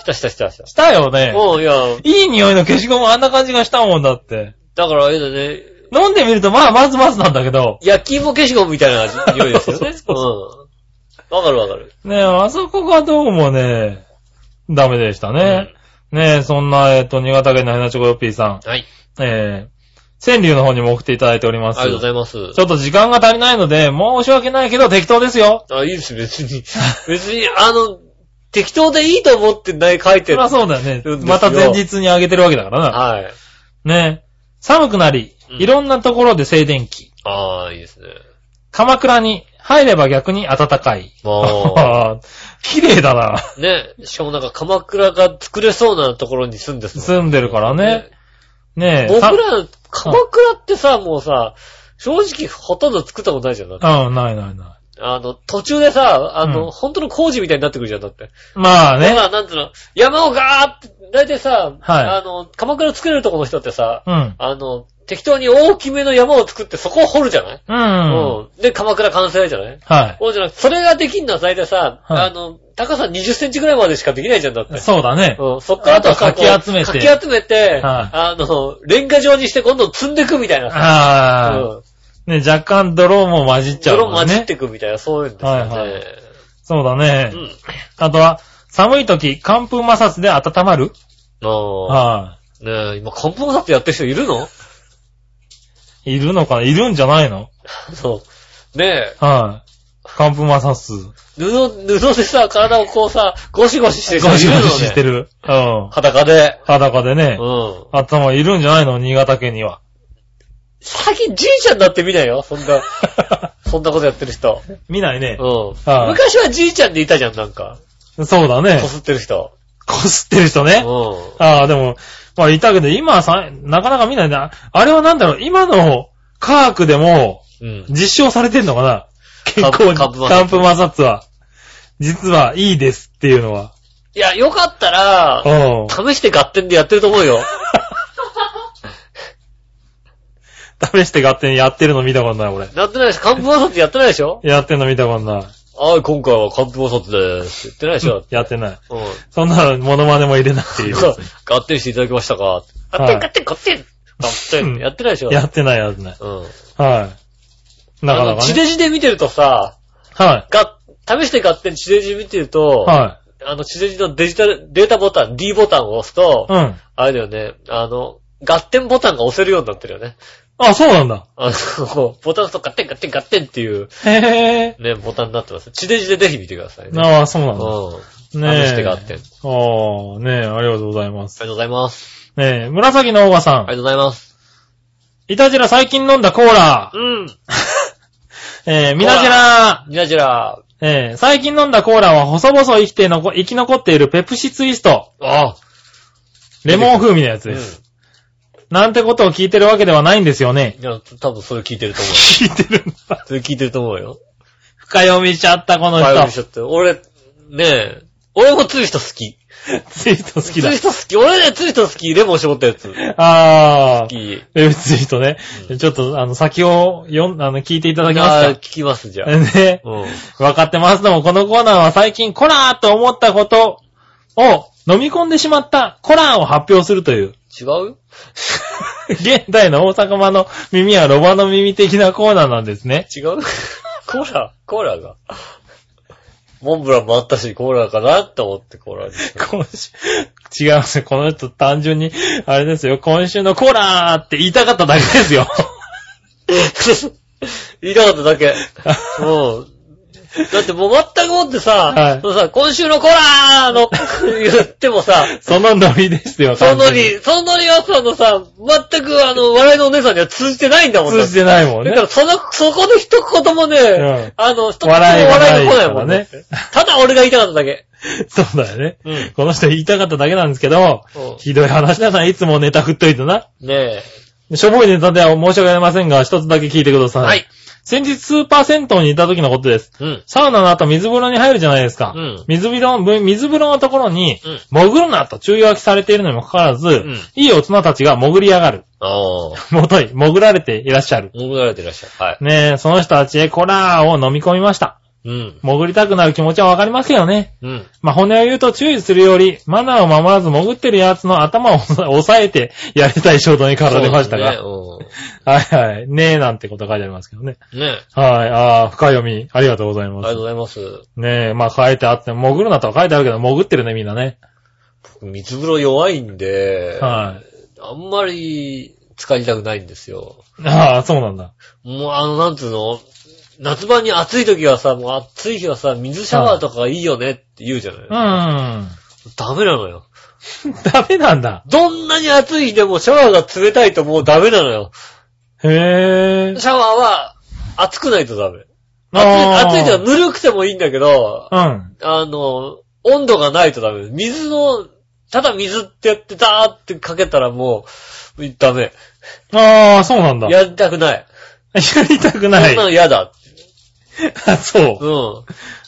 したしたしたした
よ
た。。
ね
もういや、
いい匂いの消しゴムあんな感じがしたもんだって。
だからあれだね、
飲んでみると、まあ、まずまずなんだけど。
焼き芋消しゴムみたいな味匂いですよね。
そうそう
うん。わかるわかる。
ねえ、あそこがどうもね、ダメでしたね。ねえ、そんな、えっと、新潟県のヘナチョコヨッピーさん。
はい。
えー、川柳の方にも送っていただいており
あ
ま
り
す。
がとうございます。
ちょっと時間が足りないので、申し訳ないけど適当ですよ。
あ、いいです、別に。別に、あの、適当でいいと思ってない書いて
そり
る。
ゃ
は
そうだよね
うん。ですよ
また前日にあげてるわけだから
い。
な。ねえ。寒くなり、
うん
いろんなところで静電気。
ああ、いいですね。
鎌倉に入れば逆に暖かい。
も
綺麗だな。
う、ね、しかもなんか鎌倉が作れそうなところに住んでそう
住んでるからね。ねえ。
僕ら、鎌倉ってさ、もうさ、正直ほとんど作ったことないじゃん。だって
さうん、ないないな
あの、途中でさ、あ
うん
の、本当の工事みたいになってくるじゃん、だって。
い。まあ
だか
ね。
ら、なんつうの、山をガーって、だいたいさ、
はい
あの、鎌倉作れるとこの人ってさ、
うん。
あの、適当に大きめの山を作ってそこを掘るじゃない
うん。は
うん。で、鎌倉完成じゃない
い。
そうじゃなくて、それができんのは大体さ、
はい
あの、高さ20センチぐらいまでしかできないじゃんだって。
そうだね。
うん。そっからあとはさ
あとはかき集めて
こうかき集めて、
は
あの、レンガ状にして今度積んでくみたいなさ。
あ
うん。
あ。ね、若干泥も混じっちゃう
泥
もんね。
混じってくみたいな、そういうんですよね。
はいはいそうだね。
うん。
あとは、寒い時、寒風摩擦で温まる
ああ。
は
ねえ、今、漢方サップやってる人いるの
い。いるのかないるんじゃないの
そう。ねえ、
はい。寒風摩擦。
布、布でさ、体をこうさ、ゴシゴシしてる人い
ゴ
る
シ
のね
ゴシしてる。うん。
裸で。
裸でね
う。ん。
頭いるんじゃないの新潟県 には。
最近じいちゃんだって見ないよ、そんな、そんなことやってる人。
見ないね
う。ん。
はい
昔はじいちゃんでいたじゃん、なんか。
そうだね
こ。すってる人。
こすってる人ね。
う
ああ、でも、まあ、いたけど、今はさ、なかなか見ないな。あれはなんだろう、今の科学でも
ん。うん。
実証されてんのかな結構、
カンプ
カ
カ
ン
ン
プ摩擦は。実はいいですっていうのは。
いや、よかったら
う、
試
ん。
して合点でやってると思うよ。
試して勝手にやってるの見たことない、俺。
やってないでしょ。カンプ摩擦やってないでしょ
やってんの見たことない。
はい、今回はカンプ摩擦でーす。って言ってないでしょ。
やってない。
うん。
そんなのモノマネも入れなくていいよ。
そう。合点していただきましたか合点、合点、合点合点やってないでしょ。
やってない、やってない。
うん。
はい。なか
あ
な
の
か
地
ね。
デジで見てるとさ、
は
が、試して勝手に地デジ見てる
い。
と、
は
あの、地デジのデジタル、データボタン、D ボタンを押すと、
い。うん。
あれだよね、あの、合点ボタンが押せるようになってるよね。
あ、そうなんだ。
あの、 ボタン押すとガッテンガッテンガッテンっていう
へえ。
ね、ボタンになってます。地デジでぜひ見てくださいね。
ああ、そうな
うん
だ。
ん。
ねえ。
試して合点。あり
ああ、ねえ、ありがとうございます。
がとうございます。
ねえ、紫のオーガ
あり
さん。
がとうございます。
いたじら最近飲んだコーラ。
うん。
えー、みなじら。
ニラジラ。
えー、最近飲んだコーラは細々生きてのこ、生き残っているペプシツイスト。
ああ。
レモン風味のやつ
うん。
で
い
す。なんてことを聞いてるわけではないんですよね。
や、多分それ聞いてると思う。
聞いてるんだ。
それ聞いてると思うよ。
深読みしちゃった、この
バイオリン
人。
ショット。俺、ねえ、俺も釣る人好き。
ツイート好き
釣
だ
る。人好き。俺ね、釣る人好き。レモン絞ったやつ。好
ああ。
き。
え、ツイートね。ちょっと、あの、先を読ん、あの、聞いていただけ
あー
ます
聞きます、じゃ
か。 ね。
あ。うん。
わかってます。でも、このコーナーは最近、コラーと思ったことを飲み込んでしまったコラーを発表するという、
違う
現代の大阪の耳やロバの耳的なコーナーなんですね。
違う コーラコーラが。モンブランもあったし、コーラかなって思ってコーラに した。
今週、違うんですよ。この人単純に、あれですよ。今週のコラーって言いたかっただけですよ。
言いたかった だけ。うん。だってもう全くもってさ、
はい
そのさ、今週のコーラーの 言ってもさ、
そのノリですよ。
そのノ
完全
リ、そのノリはさ、あのさ、全くあの、笑いのお姉さんには通じてないんだもん
に。通じてないもん
だ
ね
か。ら、その、そこの一言もね、
ん
あの、一つも笑
笑い
い
がない
が来ないもんね
からね。
ただ俺が言いたかっただけ。
そうだよね。
うん
この人言いたかっただけなんですけど、
うん
ひどい話だな、いつもネタ振っといてな。
ねえ。
しょぼいネタでは申し訳ありませんが、一つだけ聞いてください。
はい。
先日スーパー銭湯にいた時のことです。
うん。
サウナの後水風呂に入るじゃないですか。
うん
水風呂、ぶ水風呂のところに、
うん
潜るなと注意書きされているのにもかかわらず、
ん
いい大人たちが潜り上がる。
ああ。
もとい、潜られていらっしゃる。
潜られてらっしゃる。はい。
ねえ、その人たちへコラーを飲み込みました。
うん。
潜りたくなる気持ちはわかりますけどね。
うん。
まあ、骨を言うと注意するより、マナーを守らず潜ってる奴の頭を押さえてやりたい衝動に駆られましたが。
そうで
はいはい。ねえなんてこと書いてありますけどね。
すねうん。ねえ。
はい。ああ、深読み。ありがとうござい
あり
ま
がとう
す。
ございます。
ねえ、まあ書いてあって、潜るなとは書いてあるけど、潜ってるね、みんなね。
僕、水風呂弱いんで、
はい。
あんまり、浸かりたくないんですよ。
ああ、そうなんだ。
もう、あの、なんつうの夏場に暑い時はさ、もう暑い日はさ、水シャワーとかがいいよねって言うじゃない、
うー
ダメなのよ。
ん。ダメなんだ。
どんなに暑い日でもシャワーが冷たいともうダメなのよ。
へえ。
シャワーは熱くないとダメ。
あー
熱い、熱いとかぬるくてもいいんだけど、
うん。
あの、温度がないとダメ。水の、ただ水ってやってダーってかけたらもう、ダメ。
ああ、そうなんだ。や
やりたくない。
りたくな
そん
い
な。の嫌だ。
あそ
うん。
う。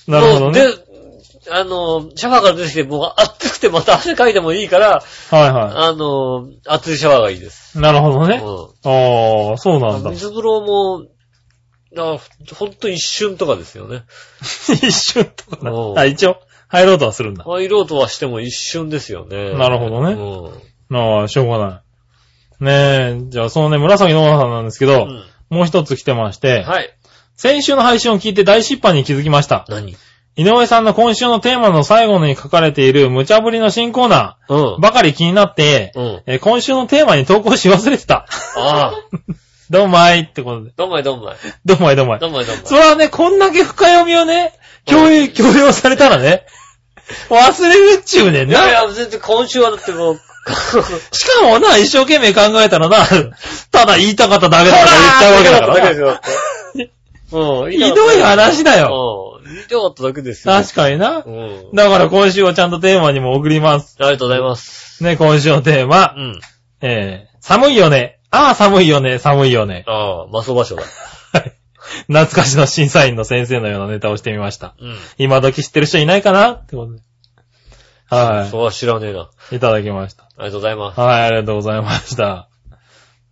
なるほどね
も。うで、あの、シャワーから出てきて、もう暑くてまた汗かいてもいいから、
はいは
あの、熱いシャワーがいいです。
い。なるほど
う
ね。
ん。
ああ、そうなんだ。
水風呂も、あほんと一瞬とかですよね。
一瞬とか
おう
な。あ、一応、入ろうとはするんだ。
入ろうとはしても一瞬ですよね。
なるほどね
ね。
ああ、しょうがない。ねえ、じゃあそのね、紫のおさんなんですけ
う
ど、
ん。
もう一つ来てまして、
はい。
先週の配信を聞いて大失敗に気づきました。
何
井上さんの今週のテーマの最後に書かれている無茶ぶりの新コーナ
うん
ー。ばかり気になって、
うん。
えー今週のテーマに投稿し忘れてた。
ああ。
どうもあいってことで。
どんまいどんまい。
どうもあいどうもあい
ど。んまいどん
それはね、こんだけ深読みをね、共有、共有されたらね、忘れるっちゅうねん
まい。いやい
な。
や、全然今週はだってもう、
しかもな、一生懸命考えたらな、ただ言いたかっただけだから言っちゃうわけだからな。
ら。うん。
ひどい話だよ。
うん。言いきたかっただけですよ。
確かにな
う。ん。
だから今週はちゃんとテーマにも送ります。
ありがとうございます。
ね、今週のテー
う
マ。
ん。
えー、寒いよね。ああ、寒いよね、寒いよね。
ああ、マスオ場所だ。
はい懐かしの審査員の先生のようなネタをしてみました。
うん。
今時知ってる人いないかなってことで。は
そうは知らねえな。
い。いただきました。
ありがとうございます。
はい、ありがとうございました。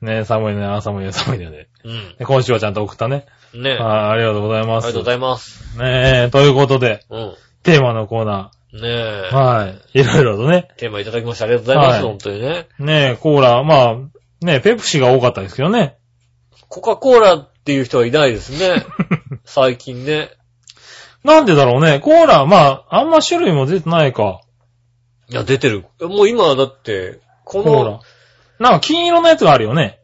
ね寒いね、あ寒いよ、寒いよね。
うん。
で今週はちゃんと送ったね。
ねえ。あ
はい、ありがとうございま
り
す。
がとうございます。
ねえ、ということで、
うん。
テーマのコーナ
ねえ
ー。。はい。いろいろとね。
テーマいただきましてありがとうございます。
はい
本当にね。
ねえ、コーラ、まあ、ねえ、ペプシが多かったですけどね。
コカ・コーラっていう人はいないですね。最近ね。
なんでだろうね。コーラ、まあ、あんま種類も出てないか。
いや、出てる。もう今はだって、こ
コーラ
の、。
なんか金色のやつがあるよね。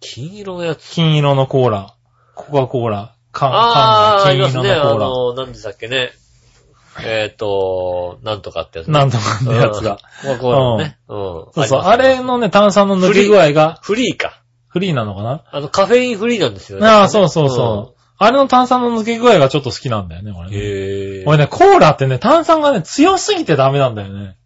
金色のやつ。
金色のコーラ。コカ・コーラ。缶、
ああ、あ
缶
り
の
ます
金
ね。
色
あ
のコ
の、何でしたっけね。えっと、なんとかってやつ
ー
ね。
ラ。なんとかのやつが。
うん。コカ・コーラのね。うん。
そうそう。あ
りますね
れのね、炭酸の抜け具合が
フリーか。
フリーなのかな
あの、カフェインフリーなんですよね。
ああ、そうそうそう。あれの炭酸の抜け具合がちょっと好きなんだよね、俺
うん。
ね。
へえ。
俺ね、コーラってね、炭酸がね、強すぎてダメなんだよね。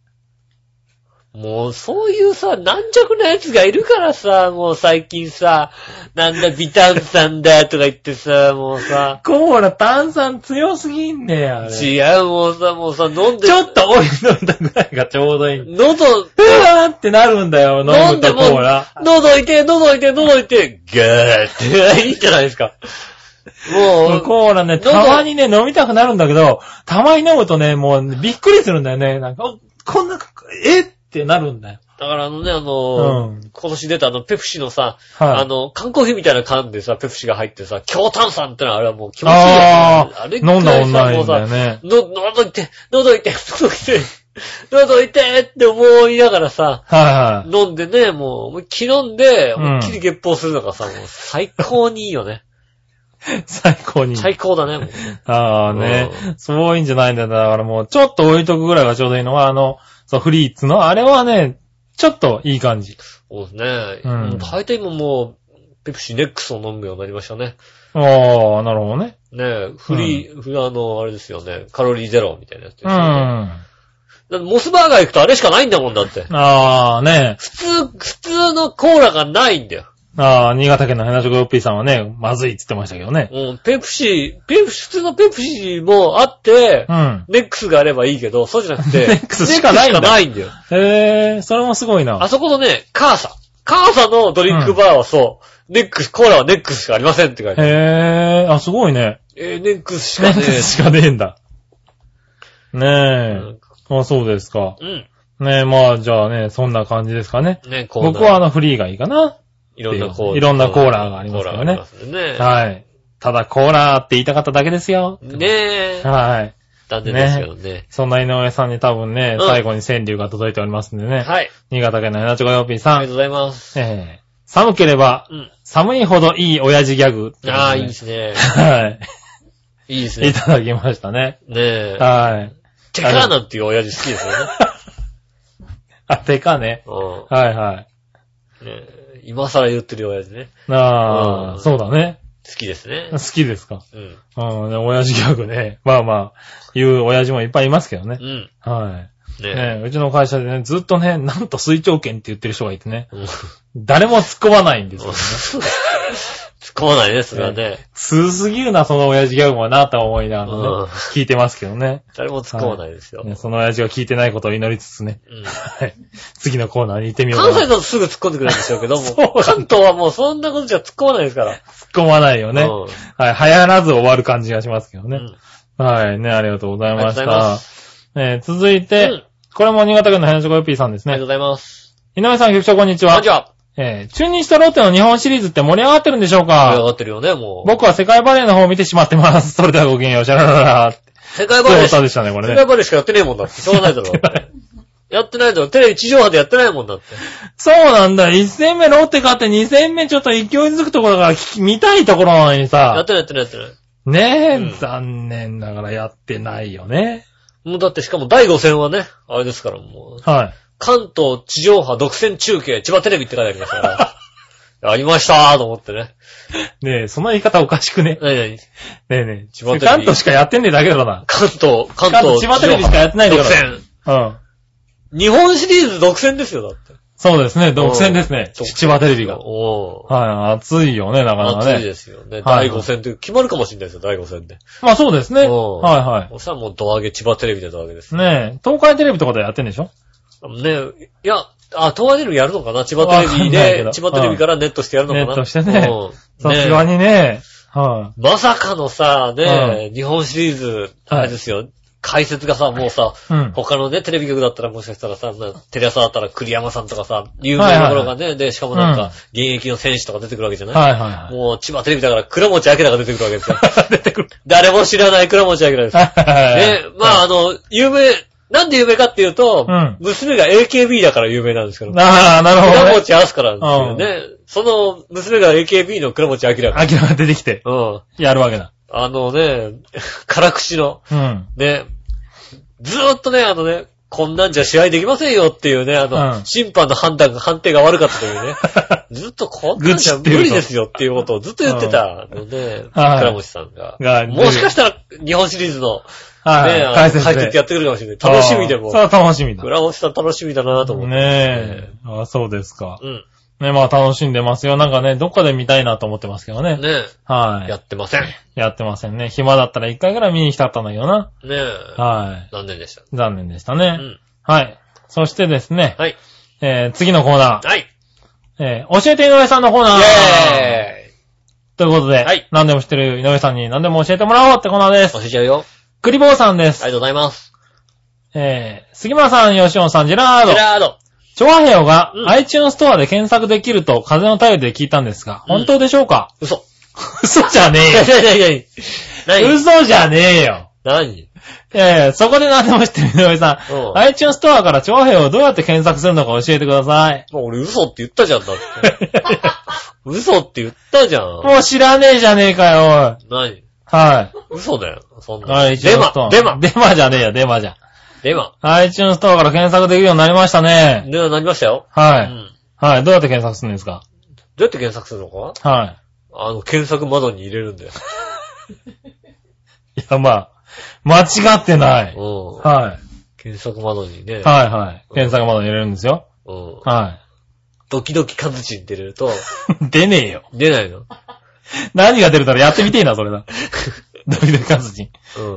もう、そういうさ、軟弱なやつがいるからさ、もう最近さ、なんだ、ビタンさんだとか言ってさ、もうさ、
コーラ炭酸強すぎんねや、あれ。ち
違う、もうさ、もうさ、飲んで、
ょっとおい飲んだぐらいがちょうどいい。う
喉、
わーってなるんだよ、飲
飲
ん
ん
だ
で
コ
も
ーラ。
喉いて、喉いて、喉いて、ガーって、いいじゃないですか。もう、
コーラね、
どんどん
たまにね、飲みたくなるんだけど、たまに飲むとね、もうびっくりするんだよね。なんか、おこんな、えってなるんだよ。
だからあのね、あの、
うん
今年出たあの、ペプシのさ、
はい
あの、缶コーヒーみたいな缶でさ、ペプシが入ってさ、強炭酸ってのはあれはもう気持ちいいよね、
ああ
あれ
ー、飲んだ女いんだよね。
の、喉いて、喉いて、喉いて、喉いてって思いながらさ、
はいはい。
飲んでね、もう、思いっきり飲んで、
うん
思いっきり月報するのがさ、もう最高にいいよね。
最高に。
最高だね、もうね。
ああね、そういうんじゃないんだよ。だからもう、ちょっと置いとくぐらいがちょうどいいのは、あの、そう、フリーツの、あれはね、ちょっといい感じ。
そうですね。
うん
大体今もう、ペプシネックスを飲むようになりましたね。
ああ、なるほどね。
ねえ、フリー、フリーあの、あれですよね、カロリーゼロみたいなやつです
うん。
よね。
あ
だってモスバーガー行くとあれしかないんだもんだって。
あね、
普通、普通のコーラがないんだよ。
ああ、新潟県のヘナチョコヨッピーさんはね、まずいって言ってましたけどね。
うん、ペプシ、ペプシ、普通のペプシもあって
う、ん。
ネックスがあればいいけど、そうじゃなくて、
ネックスしかないんだ
ネックスしかないんだよ。
へえ、それもすごい
あ
な。
そこのね、カーサ。カーサのドリンクバーはそう、ネックス、コーラはネックスしかありませんって書いてある。
へえ、あ、すごいね。
えー、ネックスし
ネ
か
ッ
ね
クス しかねえんだ。ねえ。あ、そうですか。
え。うん。
ねえ、まあ、じゃあね、そんな感じですかね。
ね、コーラ。
僕はあのフリーがいいかな。
いろんなコーラ。
いろんなコーラがありますからね
コーラがありますよね。
はい。ただコーラーって言いたかっただけですよ。
ねえ。
はい。
残念ですけどね。
そんな井上さんに多分ね、
うん
最後に川柳が届いておりますんでね。
はい。
新潟県のヘナチョコヨッピー
あ
さ。
りがとうんございます。
えー、寒ければ、
うん。
寒いほどいい親父ギャグってことで。
ああ、いいですね。
はい
いいです
い。い
ね。
ただきましたね。
ねえ。
はい。
テカーナっていう親父好きですよね。
あ、てかね。
う
はいはい。
ん。ねえ今更言ってる親父ね。
あ
う
あ、
ん
そうだね。
好きですね
好。きですか。
うん。
うん、ね親父ギャグね。まあまあ、言う親父もいっぱいいますけどね
う。ん。
はい。
ね
ねうちの会社でね、ずっとね、なんと水長券って言ってる人がいてね、
え。うん
誰も突っ込まないんですよ。
突っ込まないね、それはね。
通すぎるな、その親父ギャグはな、とは思いながらね
うん、
聞いてますけどね
誰も突っ込まないですよ。
ねその親父が聞いてないことを祈りつつね、
うん
はい次のコーナーに行ってみようか
関西
な。突
だ
っ
とすぐ突っ込んでくれるんでしょうけども
そうなんだ、
関東はもうそんなことじゃ突っ込まないですから。
込まないよね。
うん
はい、流行らず終わる感じがしますけど
う
ね。
ん
はい、ね、ありがとうございまし
ありがとうござい
た
ま。
えー続い
うんあ
て、
り
これも新潟県のヘナチョコヨッピーさんです
がとうご。
ね
ざいます。
井上さん、局長、こんにち
あ、
は
じ。ゃあ、
えー中日とロッテの日本シリーズって盛り上がってるんでしょう
盛り
か
上がってるよね、もう。
僕は世界バレーの方を見てしまってます。 それではごきげんよう、シャララララって。
世界
どう
バレー、世
でしたね、これ
界
ね。
バレーしかやってねえもんだって。しょうがないだろ。 やってないだろ。テレビ地上波でやってないもんだって。
そうなんだ。1戦目ロッテ勝って2戦目ちょっと勢いづくところだから聞き見たいところなのに
やっ
さ。
てないやってないやってない。
ねえ、
うん
残念ながらやってないよね。
もうだってしかも第5戦はね、あれですからもう、
はい。
関東地上波独占中継、千葉テレビって書いてありますから。ありましたーと思ってね。
ねえ、その言い方おかしくね。
何々
ねえねえ、
千葉テレビ
関東しかやってんねえだけだろな。
関東、関
関
東。
東千葉テレビしかやってないんだ
独
から
占。
うん。
日本シリーズ独占ですよ、だって。
そうですね、独占ですね。
うん
千葉テレビが。は
おー。
い、熱いよね、なかなか
暑い
ね。
ですよね。
はい
第5戦という、決まるかもしれないですよ、第5戦で。
まあそうですね。はい
おう
は
そしたらもう、胴上げ、千葉テレビで胴上げです
い。。ねえ、東海テレビとかでやってんでしょ
ねいや、あ、東和テレビやるのかな千葉テレビ
わかんないけ
で
ど、
千葉テレビからネットしてやるのかな
ネットしてね
うん
さ
ね
すがにね。はい。
まさかのさ、ね、日本シリーズ、あれですよ、解説がさ、もうさ、
うん。
他のね、テレビ局だったらもしかしたらさ、なテレ朝だったら栗山さんとかさ、有名なところがね、で、しかもなん
うん
か、現役の選手とか出てくるわけじゃない
はいはいはい。
もう、千葉テレビだから、倉持明が出てくるわけで すよ。出てくる。誰も知らない倉持明です。ね、まあ、あの、有名、なんで有名かっていうと、
うん
娘が AKB だから有名なんですけど、
ああ、なるほ
倉
ど、ね。
持明すからなんですよね。その娘が AKB の倉持明だから。
アキラが出てきて、
うん。
やるわけだ。
あのね、辛口の、
うん。
ね、ずーっとね、あのね、こんなんじゃ試合できませんよっていうね、あの、
うん
審判の判断が、判定が悪かったと いうね、ずっとこんなんじゃ
愚
無
痴っていうと
理ですよっていうことをずっと言ってたので、
はい
倉持さんが。
が
もしかしたら日本シリーズの、ね、
はい、
あの
解説
解
で
説やってくるかもしれない。楽しみでも
そ、う、楽しみだ。
倉持さん楽しみだなと思って。
ねえ。ああ、そうですか。
うん。
ねまあ楽しんでますよ。なんかね、どっかで見たいなと思ってますけどね。
ね
はい。
や
や
ってません。ね
ってませんね。暇だったら一回ぐらい見に行きたかったんだけどな。は
残念でした。
い。残念でした
う
ね。
ん。
はい。そしてですね、
はい。
えー、次のコーナー。
はい。
えー、教えて井上さんのコーナー。
イェーイ
ということで、
はい
何でも知ってる井上さんに何でも教えてもらおうってコーナーです
教。えちゃうよ。
クリボーさんで
あ
す。
りがとうございます。
えー、杉村さん、吉本さん、ジェラー
ジ
ド
ェ。ラード。
チョアヘオが
うん
iTunes ストアで検索できると風の便りで聞いたんですが、
うん
本当でしょうか
嘘。
嘘じゃね
いやいやいやいや。
えよ。
何
嘘じゃねえよ。
何
ええそこで何でも知ってる井上さ
うん
ん。iTunes ストアからチョアヘオをどうやって検索するのか教えてくだ さい。
もう俺嘘って言ったじゃん、だって。嘘って言ったじゃん。
もう知らねえじゃねえかよ、
何
おい。はい。
嘘だよ。そんな。
iTunes
デマ
ストア。、
デマ、
デマじゃねえよ、デマじゃ。
デマ。
iTunes ストアから検索できるようになりましたね。
ね、なりましたよ。う
はい。
ん。
はい。どうやって検索するんですか
どうやって検索するのか
は
あの、検索窓に入れるんだよ。
い。いや、まあ、間違ってない。
うん。
は
検索窓にね
い。。はい、はい。検索窓に入れるんですよ。
うん。
はい。
ドキドキカズチンって入れると、
出ねえよ。
出ないの。
何が出るだろうやってみてえな、そ れな。ドキドキカズチン。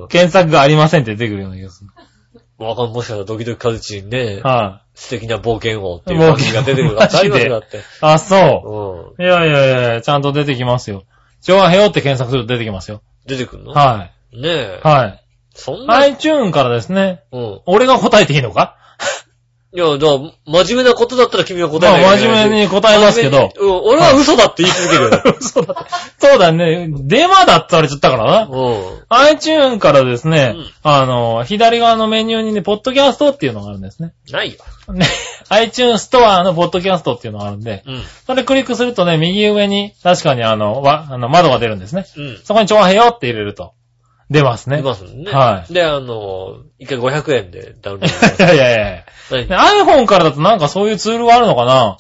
う
検索がありませんって出てくるような気がする。
ん。わかん、もしかしたらドキドキカズチンね、
は
素敵な冒険王っていう感じが出てくるから、
冒険王
大学だって。
い。あ、そうう。いやいやいや、ちゃんと出てきますよ。ジョアヘオって検索すると出てきますよ。
ん。出てくるの
は
ねえ
い。。は
そん
い。
な、
iTune からですね、
うん。
俺が答えていいのか
いや、だから、真面目なことだったら君は答
ま
えない
あ、真面目に答えますけど。
真面目にうん、俺は嘘だって言い続けるよ。
そうだって。そうだね。デマだって言われちゃったからな。
うん。
iTune からですね
うん、
あの、左側のメニューにね、ポッドキャストっていうのがあるんですね。
ないよ。
ね iTune ストアのポッドキャストっていうのがあるんで、
うん。
それクリックするとね、右上に、確かにあの、わ、あの、窓が出るんですね。
うん。
そこに調和よって入れると、出ますね。
出ますね。
はい。
で、あの、一回500円でダウンロードし
いやいやいやい
ます。何
や。iPhone からだとなんかそういうツールがあるのかな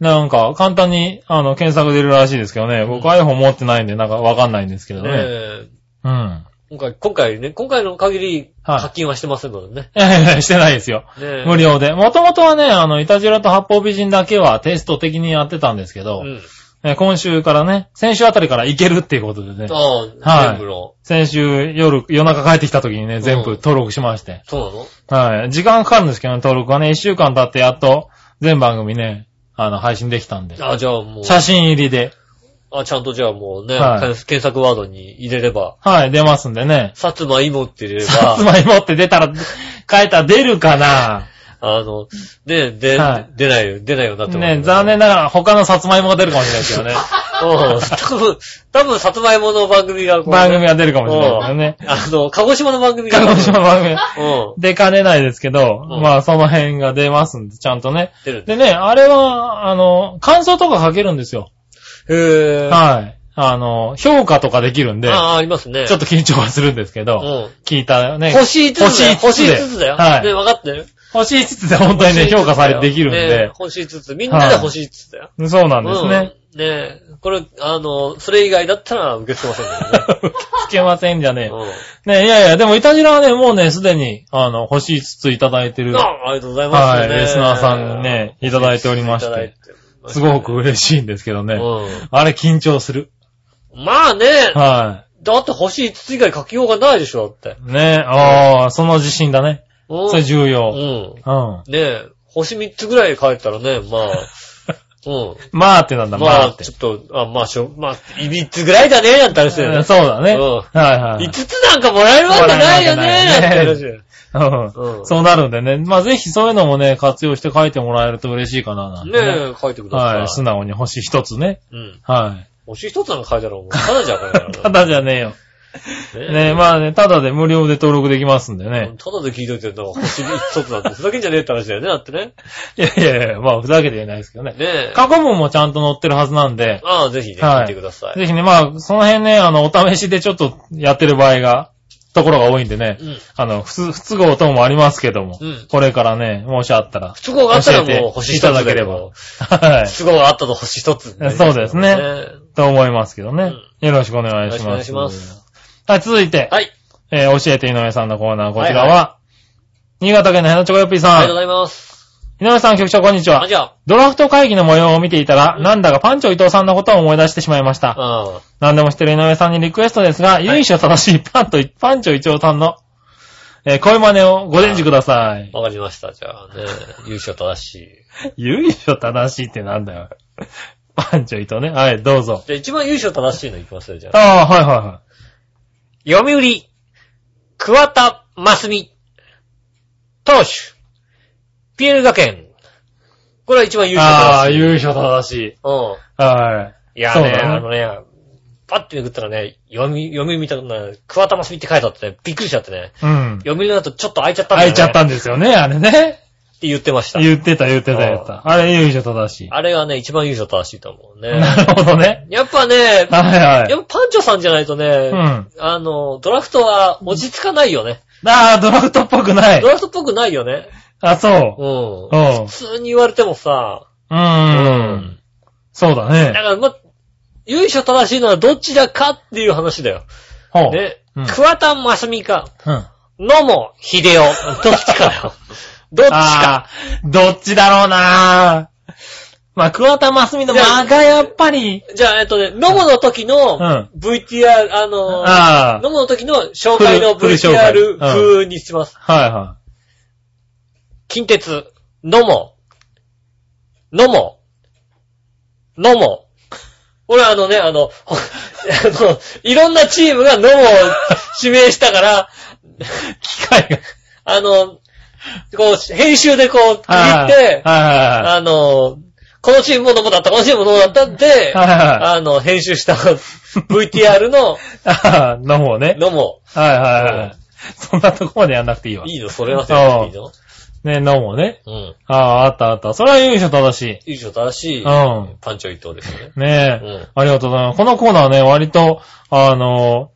なんか、簡単に、あの、検索出るらしいですけどね。僕
うん
iPhone 持ってないんで、なんかわかんないんですけど
ね
ね。
え
うん。
今回、今回ね、今回の限り、
はい
課金はしてませんのでね。
いやいやいや してないですよ。
ねえ
無料で。もともとはね、あの、イタジラと八方美人だけはテスト的にやってたんですけど、
うん。
え今週からね、先週あたりからいけるっていうことでね。
あ
はい
あ、全部の。
先週夜、夜中帰ってきた時にね、全部
うん
登録しまして。
そうなの
はい。時間かかるんですけどね、登録がね、一週間経ってやっと、全番組ね、あの、配信できたんで。
あ、じゃあもう、
写真入りで。
あ、ちゃんとじゃあもうね、
はい
検索ワードに入れれば、
はい、出ますんでね。
さつまいもって入れれば、
さつまいもって出たら、書いたら出るかな
あの、ね、で、
はい
出ないよ、出ないようになって
ね、残念ながら他のさつまいもが出るかもしれないで すけどね。
うん。多分、多分、さつまいもの番組がこうね、
番組が出るかもしれないですよね。
あの、鹿児島の番組が。
鹿児島番組。
うん。
出かねないですけど、
うん
まあその辺が出ますんで、ちゃんとね。
出るんだ。
でね、あれは、あの、感想とか書けるんですよ。
へぇー。
はい。あの、評価とかできるんで、
ああ、ありますね。
ちょっと緊張はするんですけ
う
ど、
ん。
聞いたね。
星5つだよ。星
星5
5
つ
つ
だ
だ
よ
よ。
はい
ね、分かってる
星5つで本当にね、評価されてできるん
ね
で、
星5つ。みんなで星5つだよ。
そうなんですね。
ねえ、これ、あの、それ以外だったら受け付けませんけどね。
つけませんじ ゃねえよ。
う
ねいやいや、でもイタジラはね、もうね、すでに、あの、欲しいつついただいてる
ん。。あありがとうございます、
はい、レスナーさんにね、いただいておりまして、すごく嬉しいんですけど
い
ね
ただいて。ま
あれ緊張する。
すうん。まあね、
は
だって欲しい筒以外書きようがないでしょ、だって。
い。ねああ、その自信だね。
うん。
それ重
う
要。
ん。
うん。
ねえ、星3つぐらい書いてたらね、ま あ、うん。
まあってなんだ、ま
ま
あ
あ、
って
ち。ょっと、あ、まあ、しょ、まあ、3つぐらいだね、なんて話だよ
うん
ね。
そうだね。
うん
はいはい
5。つなんかもらえるわけないよね、
もらえ
なん
るわけ
て
ないよ
話だよ。
う
うん
んそうなるんでね。まあぜひそういうのもね、活用して書いてもらえると嬉しいかな、なんてね。
ねえ、書いてください。
はい。素直に星一つね。
うん。
は
星一つなんか書いたらもう、ただじゃあかんから
い。
な
ただじゃ ねえよ。
ね
ねえ、まあね、ただで無料で登録できますんでね。
ただで聞いといてるのは星一つなんてふざけんじゃねえって話だよね、だってね。
いやいやいや、まあふざけて言えないですけどね。
ねえ。
過去問もちゃんと載ってるはずなんで、
ああ、ぜひね、
はい
聞いてください。
ぜひね、まあ、その辺ね、あの、お試しでちょっとやってる場合が、ところが多いんでね、
うん。
あの、不都不都合等もありますけども、
うん
これからね、もしあったら、
不都合があったら
教え
もう
て
星一つ
いただければは
不都合があったと星一つ、
そうですね
ね
い、と思いますけどね、
う
よろしくお願いします。
よろしくお願いします
はい、続いて、
はい。
えー教えて井上さんのコーナー、こちらは、
はい
新潟県のヘナチョコヨッピー
あ
さ
りがとうご
ん、
ざいます。
井上さん局長こんにち
あ、
は。
じゃあ、
ドラフト会議の模様を見ていたら、なんだかパンチョ伊藤さんのことを思い出してしまいました。
あ
何でも知ってる井上さんにリクエストですが、由緒正しいパンと、パンチョ一応さんの、えー声真似をご伝授ください
あ、。わかりました。じゃあね、優勝正しい。
由緒正しいってなんだよ。パンチョ伊藤ね。はい、どうぞ。
じゃあ一番優勝正しいのいきますよ、じゃあ。
ああ、はいはいは
読売、桑田真澄、投手、ピエール学園。これは一番
い。
優
ああ、
勝正しい。
由緒正しい。
うん。
はい
や
そう
ね、
だね
あのね、パッてめくったらね、読み、読み見たくなる、桑田真澄って書いてあってね、びっくりしちゃってね、
い。うん。
読みの後ちょっと開いちゃったんだよね。
開いちゃったんですよね、あれね。
って言ってました。
言ってた言ってた言った。あれ、由緒正しい。
あれがね、一番優勝正しいと思う ね。
なるほどね。
やっぱね、
はい
や
はい。
っぱパンチョさんじゃないとね、
うん。
あの、ドラフトは落ち着かないよね。
ああ、ドラフトっぽくない
ド。ラフトっぽくないよね。
あ、そう。
うん
う。
普
ん。
通に言われてもさ、
う
うんん。
そうだ
だか
ね。
らま、優勝正しいのはどちらかっていう話だよ。
ほう。
ね
うん。
桑田真澄か、
うん。
野茂秀夫。どっちか だよ。どっちか。
ああ、どっちだろうなまあ、桑田真澄の間がやっぱり、
じゃあ、えっとね、野茂の時の
うん
VTR、あのー、
あ
野茂の時の紹介の
フルフル紹介
VTR 風にします。
あ、はいは
近鉄、野茂、野茂、野茂。俺あのね、あの、 ほあの、いろんなチームが野茂を指名したから、
い。機械が。
あの、こう、編集でこう、区切
は
っ
いはい
て、
は
あの、このチームも野茂だった、このチームも野茂だったんで
い。、はいは
あの、編集した VTR の
い。ああ、の方ね。
のも、
はいはいはい。そんなとこまでやんなくていいわ。
いいのそれはそれでいいの
ね、の方ね。
うん。
ああ、あったあった。それは優勝正し
以上正し
い。、
いう
ん。
パンチョ伊藤ですよね。
ねえ、
うん
ありがとうございます。このコーナーはね、割と、あの、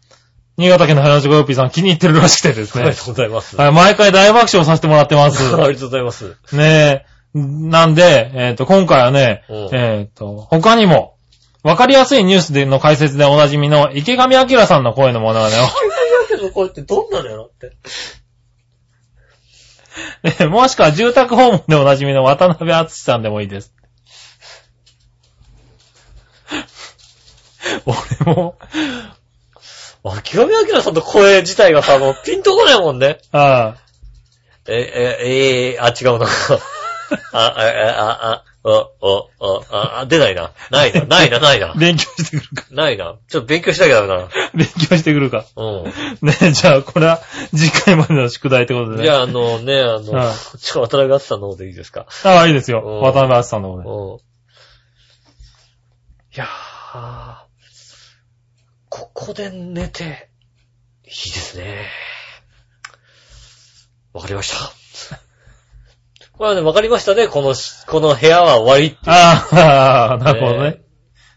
新潟県の原宿ヨッピーさん気に入ってるらしくてです
あり
ね
が。とうございます。
はい毎回大爆笑させてもらってます。
ありがとうございます。
ねえ、なんで、えっ、と、今回はね、
うん
えっ、と、他にも、わかりやすいニュースでの解説でおなじみの池上彰さんの声のものはね、
けどこれってどんなのよって。
ね もしくは住宅訪問でおなじみの渡辺厚さんでもいいです。 俺も、
秋上明さんの声自体がさ、もうピンとこないもんね。
あ
え、え、えー、あ、違 うな。あ、あ、あ、あ、あ、お、お、あ、あ、出ないな。ないな、ないな、ないな
あ、。勉強してくるか。
ないな。ちょっと勉強しなきゃダメだな。
勉強してくるか。
うん。
ねじゃあ、これは次回までの宿題ってことでね。
じゃあ、あのね、あの、ちょ
は
っ
い
と渡辺淳さんの方でいいですか。
ああ、いいですよ。
うん
渡辺厚さんの方で。
うん。いやー、ここで寝て、いいですね。わかりました。 まあね、わかりましたね。このし、この部屋は終わりって。
ああ、なるほどね。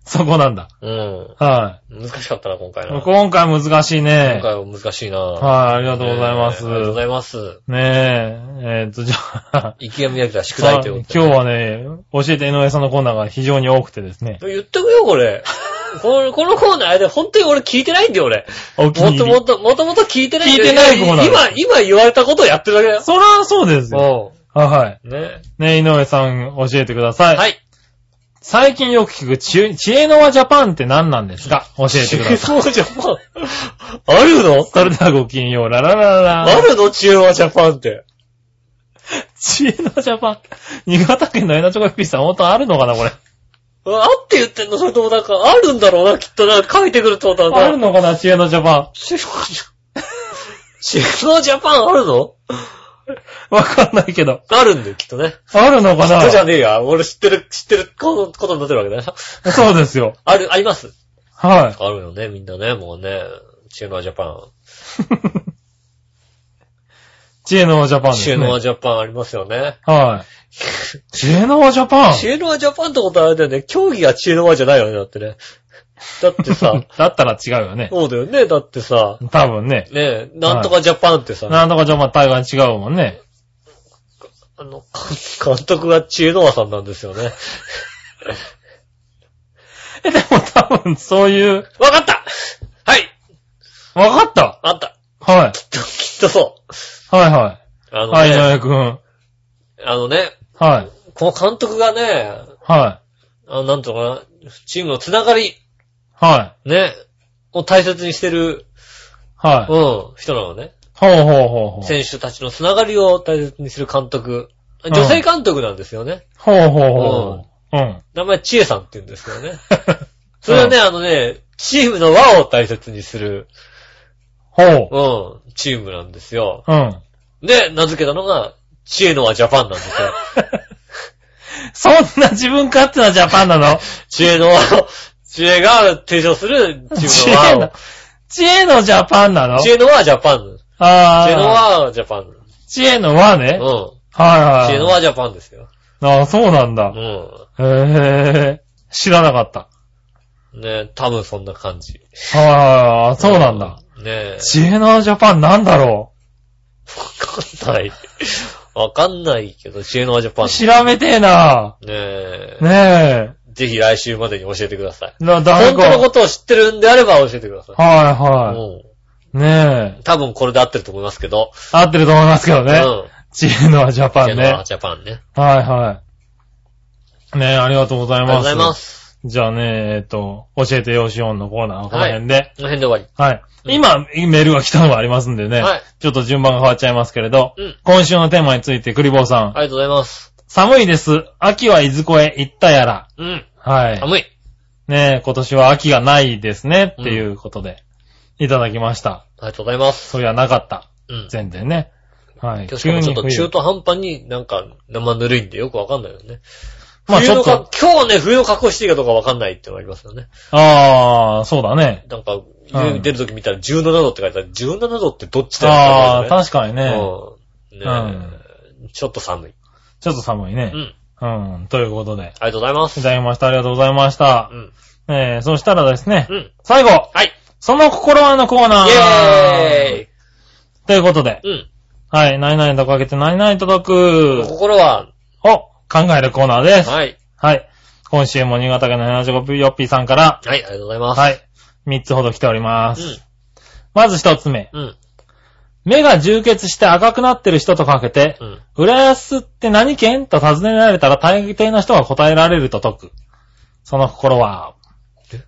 そこなんだ。
うん。
は
難しかったな、今回
い。
な。今
今回難しいね。
回は難しいな。あ
はい、ありがとうございます。
ありがとうございます。
ねえ、えーっと、じゃ あ、
池上彰宿題という
今
こと
日
で。
はね、教えて井上さんのコーナーが非常に多くてですね。
言っとくよ、これ。このこのコーナーで、本当に俺聞いてないんだよ、俺。
お 気
も
に
っ
入
と
り
もっと、もともと聞いてないんだよ
聞いてないコーナー
今、今言われたことをやってるだけだよ。
そらそうですよ。
お
はいはい。
う。ね。
ねえ、井上さん教えてください。
はい。
最近よく聞く知、知恵の輪ジャパンって何なんですか教えてください。
そうじゃん、もうあるの
それではごきげんよう、ララララ
あ
ラ。
るの中和ジャパンって。
知恵の輪ジャパン。新潟県のエナチョコヨッピーさん、本当あるのかなこれ。
あって言ってんのそれともなんか、あるんだろうな、きっとな。書いてくるってことは
ある
の
のかな知恵のジャパ
中和ジャ中和ジャパンあるの
ン。わかんないけど。
あるんだよ、きっとね。
あるのか
人
な
じゃねえや。俺知ってる、知ってることことになってるわけだよ。
そうですよ。
ある、あります。
はい。
あるよね、みんなね、もうね。中和ジャパン。
知恵の輪ジャパンです
中
ね。
和ジャパンありますよね。
はい。知恵の輪ジャパン。
知恵の輪ジャパンってことはあれだよね、競技が知恵の輪じゃないよね、だってね。 だって さ、
だったら違うよね。
そうだよね、だってさ、
多分ね。
ねえ、なんとかジャパンってさ、
なんとかジャパン大概違うもんね。
あの、か監督が知恵の輪さんなんですよね。
え、でも多分そういう、
わかったはい
わかった
あった
はい。
きっときっとそう。
はいは
あ
い。
の
はい、井
ね、
上くん。はい。
あのね、
はい。
この監督がね、
は
あのなんとかな、チームのつながり、
い。
ね、を大切にしてる、
は
う
い。
ん、人なのね。
ほうほうほうほう。
選手たちのつながりを大切にする監督。
ん
女性監督なんですよね。
ほうほうほう。うん。
名前、ちえさんって言うんですけどね。それはね、あのね、チームの和を大切にする、
ほう。
うん、チームなんですよ。
うん。
で、名付けたのが、知恵の輪ジャパンなんですよ。
そんな自分勝手なジャパンなの
知恵の輪を、知恵が提唱するチーム
知恵
の和
の
を。
知恵のジャパンなの
知恵の輪ジャパン。
ああ。
知恵の輪ジャパン。う
知恵の輪ね。
ん。
はいはい。
知恵の輪ジャパンですよ。
ああ、そうなん
う
だ。
ん。
へえ。知らなかった。
ね多分そんな感じ。
はいはいはい。そうなんだ。。
ねえ。
知恵のジャパンなんだろ
わかんない。わかんないけど、知恵の輪ジャ パン。
う
ね
調べてえな。
え。
ね
ぜひ来週までに教えてください。
え。な、誰
本
か。
当の
は
ことを知ってるんであれば教えてください。
いは
うん
い。ねえ。
多分これで合ってると思いますけど。
合ってると思いますけど
う
ね。
ん。
知恵のジャパ
ジェ
ン
ノア
ね。
ジャパンね。
はいはい。ねえ、ありがとうござい
ありがとうご
ます。
ざいます。
じゃあね、えっと、教えてよしおんのコーナーはこの辺で。
この辺で終わ
はい。
うん
今、メールが来たのはありますんでね。
はい
ちょっと順番が変わっちゃいますけれど。
うん
今週のテーマについて、クリボーさ
り。
ん。
ありがとうございます。
寒いです。秋はいずこへ行ったやら。
うん。
はい。
寒い。
ねえ、今年は秋がないですね、っていうことで、いただきました。
ありがとうございます。
そういや、なかった。
うん。
全然ね。はい。
今日しかもちょっと
急
中
に
途半端になんか生ぬるいんでよくわかんないよね。
まあ
冬の
ちょっ
か今日ね、冬の格好していいかどうかわかんないってのがありますよね。
冬ああ、そうだね。
なんか、
う
家
ん
に出るとき見たら17度って書いてある。17度ってどっちだよ
ああ、
ね
確かにね。
うん。ねえちょっと寒い。
ちょっと寒いうね。
ん。
うん。ということで。
ありがとうございま
い
す。
ただきました。ありがとうございました
う。ん。
えー、そしたらですね
う、ん。
最後、
はい。
その心はのコーナー。
イェーイ
ということで、
うん。
はい、何々とかけて何々届くを
心は、
考えるコーナーです。
はい。
はい。今週も新潟県の75よっぴーさんから、
はい、ありがとうございます。
はい。3つほど来ております。まず1つ目。
うん。うん。
目が充血して赤くなってる人とかけて、
うん。
浦安って何県と尋ねられたら大抵の人が答えられると解く。その心は
え、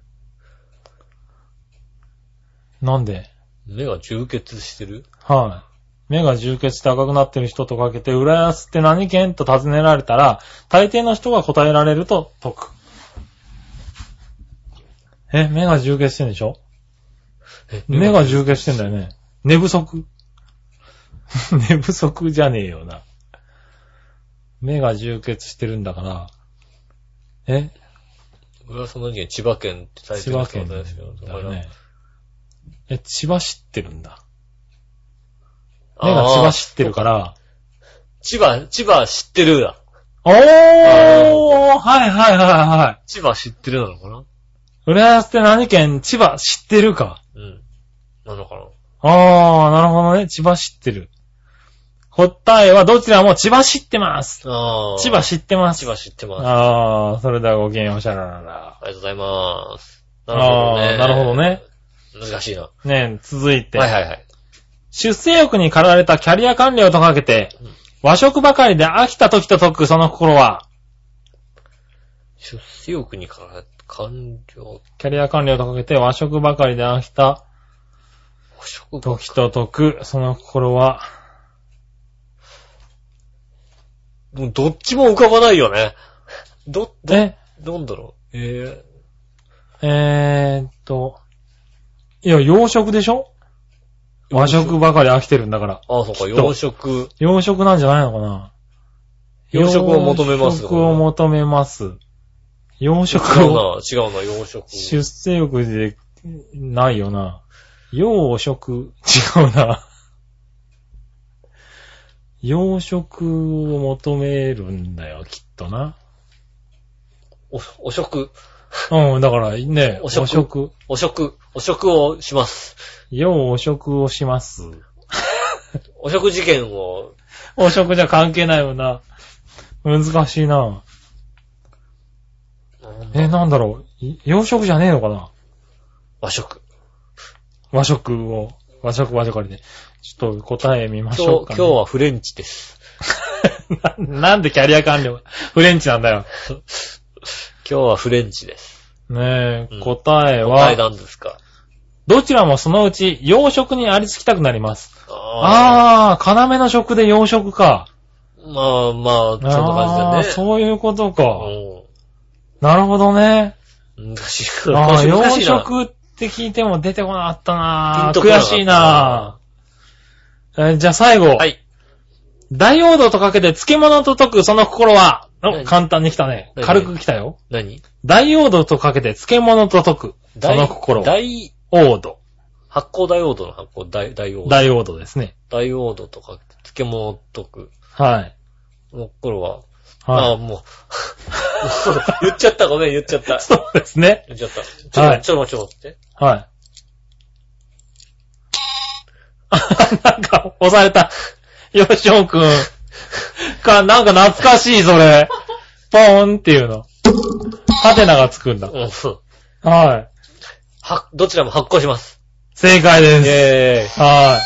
なんで
目が充血してる
はい。目が充血して赤くなってる人とかけて、浦安って何県と尋ねられたら、大抵の人が答えられると解く。え、目が充血してんでしょ
え
目が充血してんだよね。寝不足 寝不足じゃねえよな。目が充血してるんだから、え
浦安の何県千葉県ってタイ
千
トル
葉
そう
県
で
だ
すけど。
よね。え、千葉知ってるんだ。
あー
目が千葉知ってるから、
千葉、千葉知ってるだ。
おーはいはいはいはい。
千葉知ってるなのかな
浦安って何県千葉知ってるか。
うん。なのかな
あー、なるほどね。千葉知ってる。答えはどちらも千葉知ってます。
ああ。
千葉知ってます。
千葉知ってます。あ
あー、それではごきげんよう、シャラララ。
りがとうございます。なるほど
あ
ね。
ーなるほどね。
難しいな。は
ねえ、続い
い
て。
はいはい。
出世欲に駆られたキャリア官僚とかけて
うん、
和食ばかりで飽きた時と解くその心は、
出世欲にから、完了、
キャリア官僚とかけて和食ばかりで飽きた
捕食が
時と解くその心は、
もうどっちも浮かばないよね。 ど、ど、
え、
なんだろう。え
えーっと、いや、洋食でしょ和食ばかり飽きてるんだから。
ー、ああ、そうか、
きっと
洋食。
洋食なんじゃないのかな
洋食を求めます
洋食を求めます。洋食
違
を。
うな、違うな、洋食。
出世欲で、ないよな。洋食、違うな。洋食を求めるんだよ、きっとな。
お、お食、
うん、だからね、
お食
お食。
お食、お食をします。
洋お食をします。
お食事件を、
お食じゃ関係ないよな。難しいな。
なんだ
え、なんだろう。い洋食じゃねえのかな
和食。
和食を。和食和食ありで。ちょっと答え見ま
今
しょう
日、今
か、ね。
日はフレンチです。
はな。なんでキャリア官僚、フレンチなんだよ。
今日はフレンチです。
ね
う
え
ん、
答え
はい、
は、
何ですか
どちらもそのうち洋食にありつきたくなります。
ああ。
ああー、要の食で洋食か。
まあまあ、そんな
あ
感
ー
じだね。
そういうことか。なるほどね。
うん。難しい。
ああ、洋
難しいな。
食って聞いても出てこなかったな
ピンとこな
悔
かったな
しいなえーじゃあ最後。
はい。
大王道とかけて漬物と解くその心は、
は
お
い
簡単に来たね。
はい
軽く来たよ。
何
大王道とかけて漬物と解く。その心は。
大、
王道。
発光ダイオードの発光、大、大王。
大王道ですね。
ダイオードとか、漬物を解く。
はい。
この頃は、あ
は
あ、もう もう、言っちゃった、ごめん、言っちゃった
い。。そうですね。
言っちゃった。ちょっと、
はい
ちょっと待って、ちょっと待って。
はい。 なんか、押された。よしおくん。か、なんか懐かしい、それ。ポーンってい うの。ハテナがつくんだ。
うん。
はい。
は、どちらも発行します。
正解
イ
です。
ェーイ。
はい。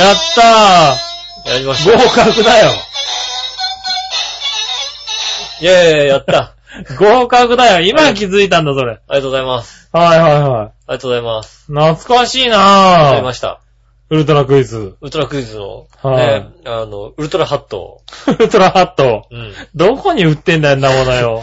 やった
やりまし
ー合格だ
た。
よ
イェーイ、やった。
合格だよ今気づいたんだ、それ。
ありがとうございます。
はいはいはい。
ありがとうございます。
懐かしい
あ
な
りま
ぁ
した。
ウルトラクイズ。
ウルトラクイズの、
はい
ね、あの、ウルトラハットを、
ウルトラハット。
うん、
どこに売ってんだよ、んなものよ。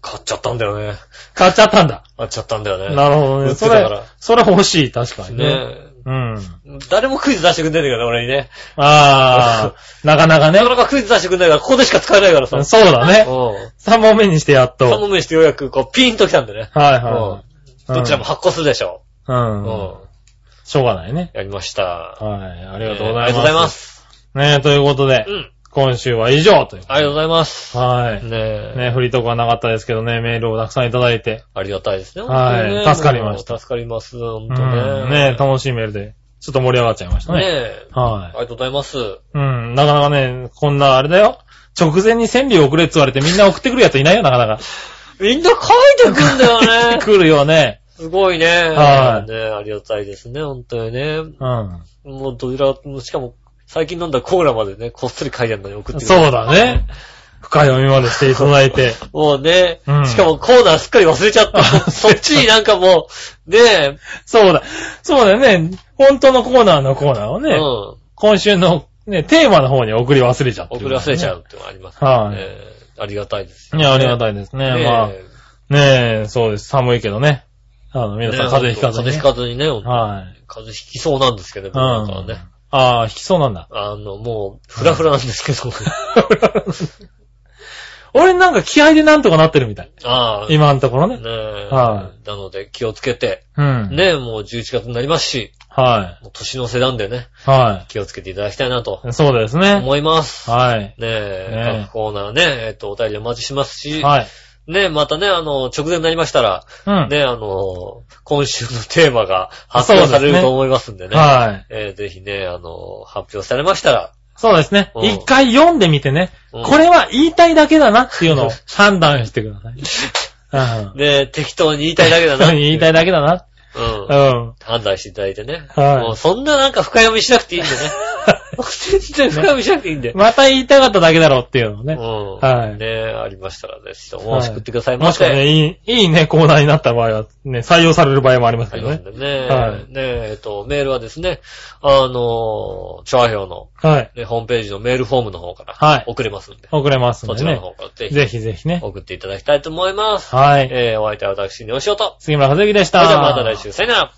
買っちゃったんだよね。
買っちゃったんだ。
買っちゃったんだよね。
なるほど
売
ね。
ってた
そ
か
れ
ら、
それ欲しい、確かにね。
ね
うん。
誰もクイズ出してくんないんだから、俺にね。
あ ー、なかなかね
な。かなかクイズ出してくんないから、ここでしか使えないからさ。
そうだね。
う
3問目にしてやっ
ん。
と。
頼むしてようやく、こう、ピンときたんでね。
はいは
うん。どちらも発行するでしょ。
い。う。
うんん。
しょうがないね。
やりました。
はい。あ
あ
りがとうございます。
ありがとうございま。す。
ねえ、ということで
う、ん。
今週は以上という。
ありがとうございます。
はい。
ねえ。
ねえ、フリートークはなかったですけどね、メールをたくさんいただいて。
ありがたいですね。
は
本
い
当にね
助かりました
もう助かります。本
う
当ね。
んねえ、楽しいメールで。ちょっと盛り上がっちゃいました
ね
ね。
え。あ
は
りがとうございます。
い。うん、なかなかね、こんなあれだよ。直前に千里送れって言われてみんな送ってくるやついないよ、なかなか。
みんな書いてくんだよね。
来るよね。
すごいね。
はい
ねえありがたいですね、本当にね。
うん。
もうどちら、しかも、最近飲んだコーラまでね、こっそり書いてあるのに送ってくる
そうだね。深い読みまでしていただい て。
もうね、
うん
しかもコーナーすっかり忘れちゃ った。そっちになんかもう、ねえ、
そうだ。そうだよね。本当のコーナーのコーナーをね、
うん。
今週のね、テーマの方に送り忘れちゃってる
送り
からね、
忘れちゃうってのがあります
はい
ええありがたいですよ
い
ね。
や、ありが
い。
たいですね。まあ、ねえ、そうです。寒いけどね。あの、皆さん風邪ひかずに
風
ね、
邪ひかずにね、本当に
はい。
風邪ひきそうなんですけど、
う
僕なんかは
ん。
ね。
ああ、引きそうなんだ。
あの、もう、フラフラなんですけど。
俺なんか気合でなんとかなってるみたい。
ああ。ね
今のところ
え
ね。。は
なので、気をつけて。
うん。。
ねえ、もう11月になりますし、
は
もう年の瀬なんでね、
い。は
気をつけていただきたいなと
い。そうですね。
思います。
はい。
ねえ、
ねえ
各コーナーね、えっと、お便りお待ちしますし、
はい。
ね、またね、あの、直前になりましたら、
うん。
ね、あの、今週のテーマが発表されると思いますんでね。
はい。
えーぜひね、あの、発表されましたら、
そうですね
う。ん
一回読んでみてね、
うん
これは言いたいだけだなっていうのを判断してください。 うん。
ね、適当に言いたいだけだな。
言いたいだけだな。
うん
う。ん。
判断していただいてね。
はい
もうそんななんか深読みしなくていいん でね。全然深読みしなくていいんで。
また言いたかっただけだろうっていうのを
う
ね。
ん。
はい
ねありましたらね、ちょっと申し送ってくださいま
もし
せ。
くはね、いい、いいね、コーナーになった場合は、ね、採用される場合もありま
あ
すけ
り
ど
ます
ね
ん。でね。
はい
ねえ、っと、メールはですね、あの、チャーヒョの、
はい。
ね、ホームページのメールフォームの方から、
はい
送れますんで、
送れますん
そ
で
ちらの
ね。
方からぜひ、
ぜひぜひね。
送っていただきたいと思います。
はい。
えー、お相手は私、におしおと。
杉村和之でし
そ
た。
れではまた来週、さよなら。